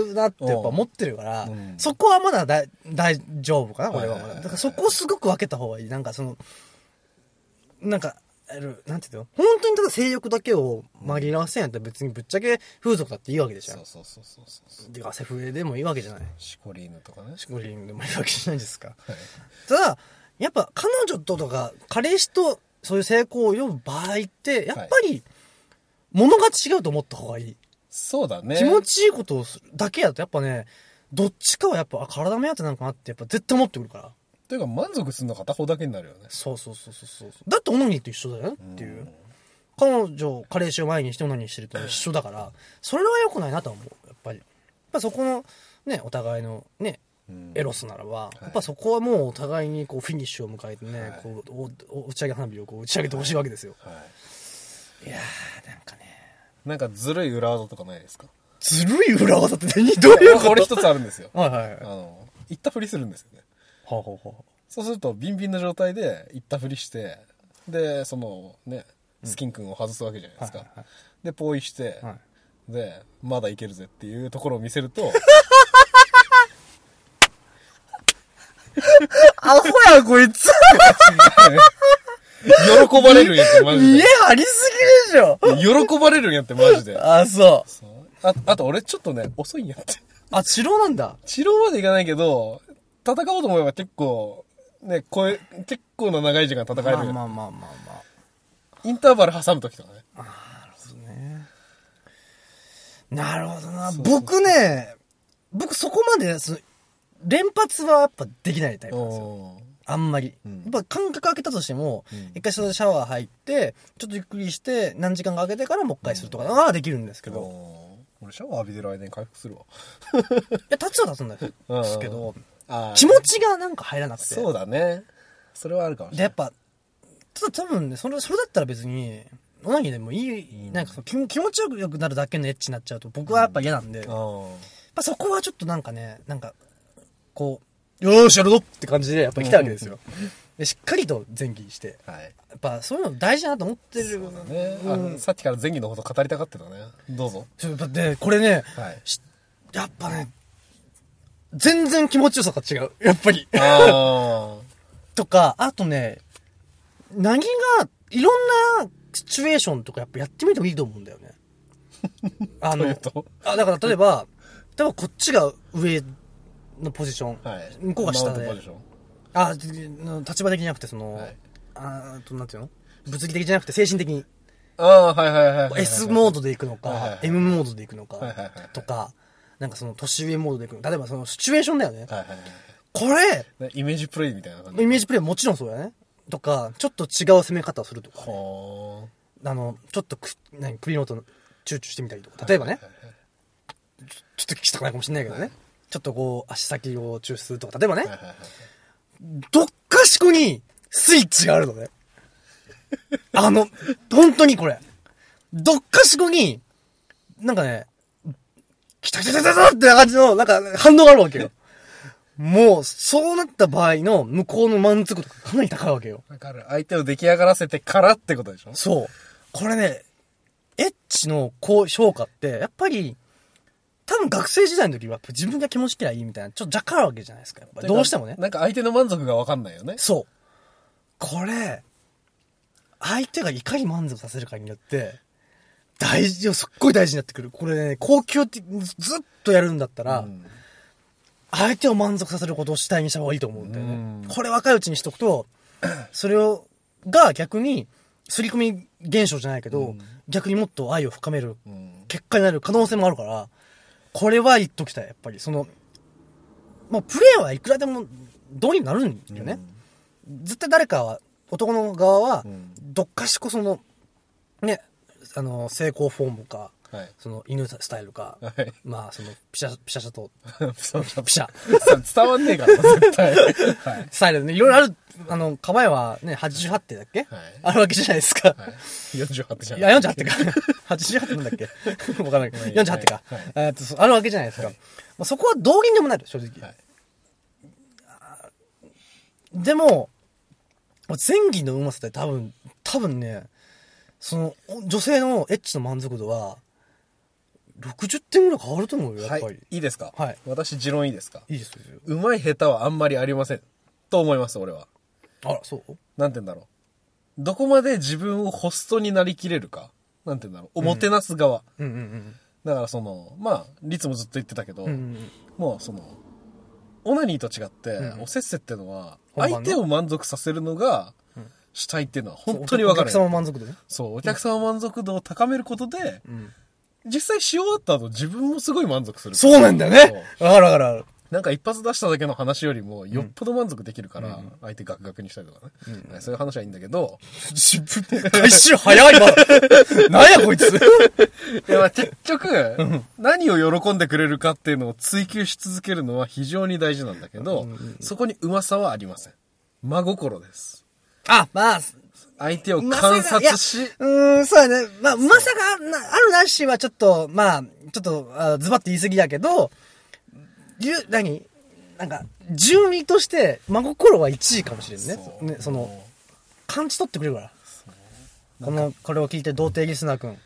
違うなってやっぱ思ってるから、うんそこはまだだ大丈夫かな、俺ははいはいはいはいだからそこをすごく分けた方がいい。なんかその、なんか、あるなんていうの本当にただ性欲だけを紛らわせんやったら別にぶっちゃけ風俗だっていいわけでしょそう。そうそうそうそう。てか、セフレでもいいわけじゃない。シコリーヌとかね。シコリンでもいいわけじゃないですか。はい。ただ、やっぱ彼女ととか、彼氏とそういう成功を読む場合って、やっぱり、ものが違うと思った方がいい。そうだね。気持ちいいことをするだけやと、やっぱね、どっちかはやっぱ、あ、体目当てなんかなって、やっぱ絶対思ってくるから。というか満足するの片方だけになるよね。そうそうそうそうそう。だってオナニーと一緒だよっていう。彼女、彼氏を前にしてオナニーしてると一緒だから、それは良くないなとは思う、やっぱり。やっぱそこの、ね、お互いのね、うんエロスならば、いやっぱそこはもうお互いにこうフィニッシュを迎えてね、はいこうおお打ち上げ花火をこう打ち上げてほしいわけですよ。、はいやー、なんかね、い。なんかずるい裏技とかないですかずるい裏技って何どういうこと。これ一つあるんですよはいはいはい。あはの、行ったふりするんですよね。あ、はあはあそうすると、ビンビンの状態で行ったふりして、で、そのね、スキン君を外すわけじゃないですはいかはいはい。で、ポーイして、はいで、まだいけるぜっていうところを見せると、アホやこいつ喜ばれるんやって、マジ家で。ありすぎるでしょ喜ばれるんやって、マジで。あ、そう。そうああと、俺ちょっとね、遅いんやって。あ、治療なんだ。治療までいかないけど、戦おうと思えば結構、ね、こえ結構な長い時間戦えるまあよ、まあまあまあまあ。インターバル挟むときとかね。ね。なるほどな。僕ね、僕そこまで、その連発はやっぱできないタイプなんですよ。あんまり。うんやっぱ間隔空けたとしても、うん一回そのシャワー入って、ちょっとゆっくりして、何時間か空けてからもう一回するとか、ああできるんですけけど、ど、俺シャワー浴びてる間に回復するわ。いや、立つは立つんですけど、あー気持ちがなんか入らなくて。そうだね。それはあるかもしで、れやなっぱ、ただ多分ね、それ、それだったら別に、おなぎでもいい、なんかその気気持ちよくなるだけのエッチになっちゃうと僕はやっぱ嫌なんで、い。うんまあ、そこはちょっとなんかね、なんか、こう、よーし、やるぞって感じでやっぱ来たわけですよ。でしっかりと前儀して。はい。やっぱそういうの大事だなと思ってる。そうだね、あのさっきから前儀のこと語りたがってたね。ど うぞ。そうだって、これね、はいしやっぱね、全然気持ちよさが違う。やっぱり。ああ。とか、あとね、何が、いろんなシチュエーションとかやっぱやってみてもいいと思うんだ よね。あといのう、と。あ、だから例えば、例えばこっちが上のポジション、はい。向こうが下マウントポジでシ、ョンあ、立場的じゃなくて、その、はいあーと、なんていうの物理的じゃなくて精神的に。ああー、はいはいはいはいはい S モードで行くのはいはいはかい、 M モードで行くのかはいはいはい、とか、なんかその年上モードで行くのか。例えばそのシチュエーションだよね。はいはいはいこれ、ねイメージプレイみたいな感じ。イメージプレイもちろんそうだよね。とか、ちょっと違う攻め方をするとか、ほあの、ちょっとく、何、首の音、チューチューしてみたりとか。例えばね、ちょっと汚いかもしれないけどね。ちょっとこう、足先を抽出するとか。例えばねーは、いはいはいどっかしこにスイッチがあるの ね。あの、本当にこれ。どっかしこに、なんかね、きたきたきたきたって感じの、なんか反応があるわけよ。もう、そうなった場合の向こうの満足度がかなり高いわけよ。わかる。相手を出来上がらせてからってことでしょそう。これね、エッチの高評価って、やっぱり、多分学生時代の時はやっぱ自分が気持ちきりゃいいみたいな、ちょっと若干あるわけじゃないですか。やっぱどうしてもね。なんか相手の満足がわかんないよね。そう。これ、相手がいかに満足させるかによって、大事よ、すっごい大事になってくる。これね、高級ってずっとやるんだったら、うん相手を満足させることを主体にした方がいいと思うんだようんね。これ若いうちにしとくと、 それを、が逆に、刷り込み現象じゃないけど、うん逆にもっと愛を深めるうん結果になる可能性もあるから、これは言っときたい、やっぱり。その、まあ、プレーはいくらでもどうにもなるんだよね。絶対誰かは、男の側はうん、どっかしこその、ね、あの、成功フォームか、はい。その犬スタイルか、はい。 まあ、その、ピシャ、ピシャシャと、そうそうピシャ、伝わんねえ から、絶対。はい。スタイルでね、いろいろある、あの、構えはね、88点だっけ、はいあるわけじゃないですか。はい。48じゃん。いや、48ってか。88なんだっけ わかんないけど。まあいいや48ってか。はいえーっと、そうあるわけじゃないですか。まあ、そこはどうにでもなる、正直。はいでも、前儀のうまさって多分、多分ね、その、お女性のエッチの満足度は、60点ぐらい変わると思うよ、やっぱり。はい。いいですかはい私、持論いいですかいいですよ。うまい下手はあんまりありません。と思います、俺は。あら、そうなんて言うんだろう。どこまで自分をホストになりきれるか。なんて言うんだろう。おもてなす側。うんうんだからその、まあ、律もずっと言ってたけど、うん。うんうんもうその、オナニーと違って、んおせっせってのは、本番相の手を満足させるのが、主体っていうのはうん。本当にわかるお。客様満足度ね。そう、お客様満足度を高めることで、うん。実際し終わった後自分もすごい満足する。 そうなんだよね。わかるわかるわかる。なんか一発出しただけの話よりも、よっぽど満足できるから、相手ガクガクにしたりとかね。はいそういう話はいいんだけど、自分で。一瞬早 いわなんやこいついやまあ結局、何を喜んでくれるかっていうのを追求し続けるのは非常に大事なんだけど、そこにうまさはありません。真心です。 あ、まあ、相手を観察し、うーん、そうやね。まあ、うまさがなあるなしはちょっと、まあ、ちょっと、あズバッと言い過ぎだけど、ゆ、何なんか、順位として、真心は1位かもしれんね。そうね、その、感じ取ってくれるから。この、これを聞いて、童貞リスナーくん。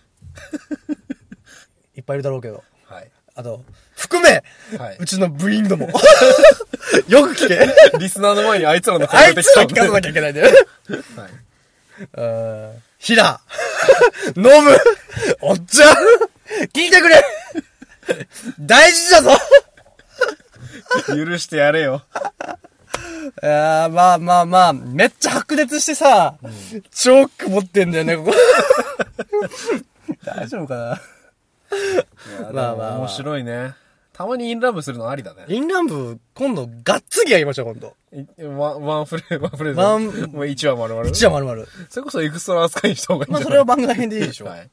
いっぱいいるだろうけど。はい。あと、含め、はいうちの部員 ども。よく聞け。リスナーの前にあいつらのあい出てきつたらん聞でかさなきゃいけないんだよね。はい。うんひら、飲む、おっちゃん、聞いてくれ大事だぞ許してやれよ。いやーまあまあまあ、めっちゃ白熱してさ、チョーク持ってんだよね、ここ。大丈夫かなまあまあまあまあ面白いね。たまにインラブするのありだね。インラン部、今度、がっつりやりましょう、今度。いワン、ワンフレーズ、ワンフレーズ。ワンもう1話丸々。一応丸々。それこそエクストラ扱いにした方がいいんまあ、じゃそないれは番外編でいいでしょ。はい。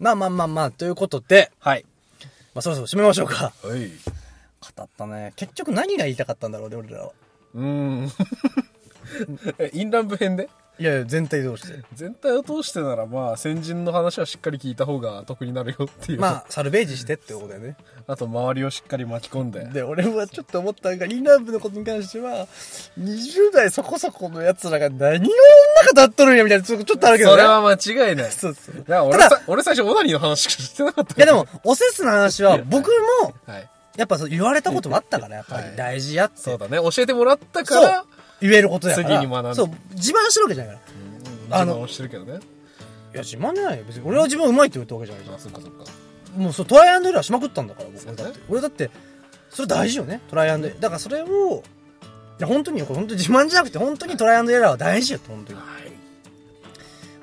まあまあまあまあ、ということで、はい。まあそろそろ締めましょうか。はい。語ったね。結局何が言いたかったんだろうね、俺らは。うーん。 えインランブ編でいやいや、全体通して。全体を通してならまあ先人の話はしっかり聞いた方が得になるよっていう、まあ、サルベージしてってことだよね。あと周りをしっかり巻き込んでで俺はちょっと思ったのがインランブのことに関しては20代そこそこのやつらが何を女が立っとるんやみたいなちょっとちょっとあるけどそねれは間違いないだかそうそういら俺たださ俺最初オナニーの話しかしてなかったやでもおせすの話は僕もはいやっぱそう言われたこともあったからやっぱはいり大事やってそうだね教えてもらったかそうら言えることやから次に学んだそう自慢してるわけじゃないからああのの自慢をしてるけどねいや自慢じゃないよ別に俺は自分うまいって言ったわけじゃないじゃあそっかそっかんもうそうトライアンドエラーしまくったんだから僕そうはだだねって俺だってそれ大事よねトライアンドエラーだからそれをいや本当によこれ本当に自慢じゃなくて本当にトライアンドエラーは大事よ本当にはい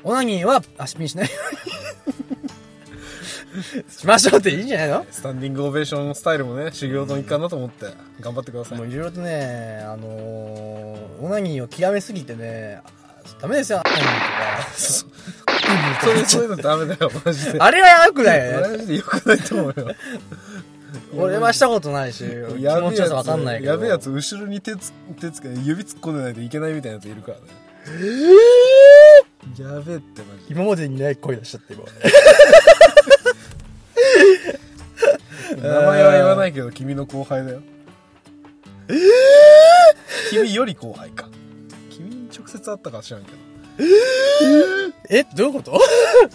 オナニーは足ピンしないよ うにしましょうっていいんじゃないのスタンディングオベーションスタイルもね修行の一環だと思って頑張ってくださいもういろいろとね、あのー、オナニーを極めすぎてね、あダメですよ、オナニーとそういうそういうのダメだよマジで か。あれは良くないよマね。ジでよくないと思うよ俺はしたことないし、気持ちやべえよやさわつかんないけど。やべえやつ後ろに手つ手つけ指突っ込んでないといけないみたいなやついるからねやべえってマジで今までにない声出しちゃって、今。名前は言わないけど君の後輩だよええ君より後輩か君に直接会ったか知らんけどえどういうこと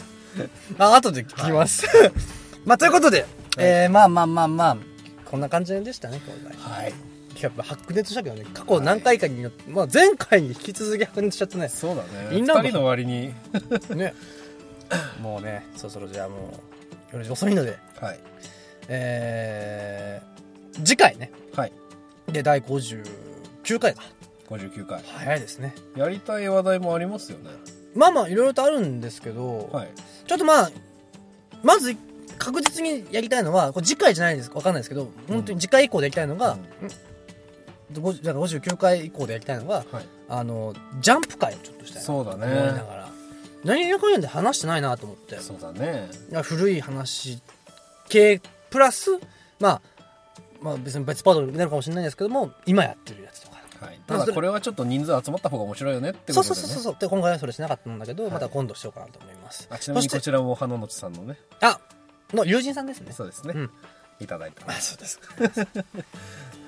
あ、後で聞きます。 まあ、ということで、えー、まあまあまあまあ、こんな感じでしたね、今回。はいやっぱ白熱したけどね過去何回かによって、まあ、前回に引き続き白熱しちゃってねそうだねイ二ンランド人の割に ね もうねそろそろじゃあもう夜遅いのではいえー、次回ねはいで第59回か59回早いですねやりたい話題もありますよねまあまあいろいろとあるんですけど、はいちょっとまあまず確実にやりたいのはこれ次回じゃないですわかんないですけど本当に次回以降でやりたいのが、うん50だから59回以降でやりたいのがはいあのジャンプ会をちょっとしたいなそうだ思いなねがら何やかんやで話してないなと思ってそうだね古い話系プラスまあまあ別に別パートになるかもしれないですけども今やってるやつとかはいただこれはちょっと人数集まった方が面白いよねってことで、ね、そうそうそうそうで今回はそれしなかったんだけど、はいまた今度しようかなと思いますあちなみにそこしてちらも花のちさんのねあの友人さんですねそうですね、うんいただいたあそうです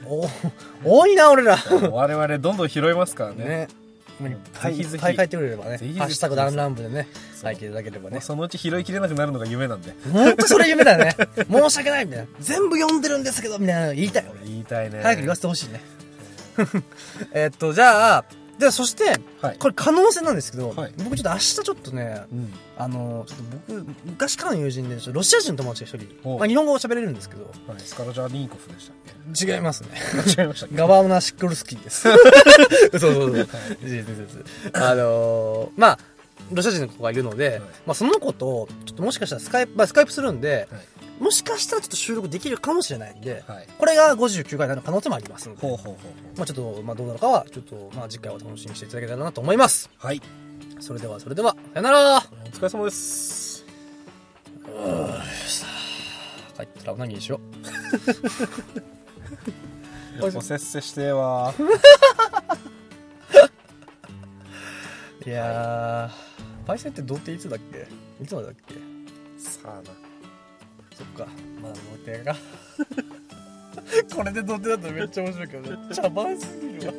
お 多いな俺ら我々どんどん拾いますからねねもういっぱいぜひぜいっひぱい書いてくれればねぜひぜひハッシュタグダンラン部でねそ書ういていただければまあねそのうち拾いきれなくなるのが夢なんでほんとそれ夢 だよね申し訳ないみたいな全部読んでるんですけどみたいなの言いたい俺言いたいね早く言わせてほしいね えっとじゃあでそしてはい、これ可能性なんですけど、はい僕ちょっと明日ちょっとねうん、あのちょっと僕昔からの友人でちょっとロシア人の友達が一ほう人、まあ、日本語を喋れるんですけどはいスカラジャーニンコフでしたっ違いますねけ違いましたっけガバーナ・ シックルスキーですそうそうそう、全然全然あのーまあロシア人の子がいるのいで、まあ、その子と、ちょっともしかしたらスカイプ、まあ、スカイプするんで、はいもしかしたらちょっと収録できるかもしれないんで、はいこれが59回になる可能性もありますので、ほうほうほうほうまあ、ちょっと、まあ、どうなのかは、ちょっと、まあ、次回は楽しみにしていただけたらなと思います。はいそれでは、それでは、さよならお疲れ様です帰ったらうなぎにしよう。おせっせしてはいやー、パイセンって童貞いつだっけいつまでだっけさあなそっか、まだ童貞 が。これで童貞だとめっちゃ面白いけど、茶番すぎるわ。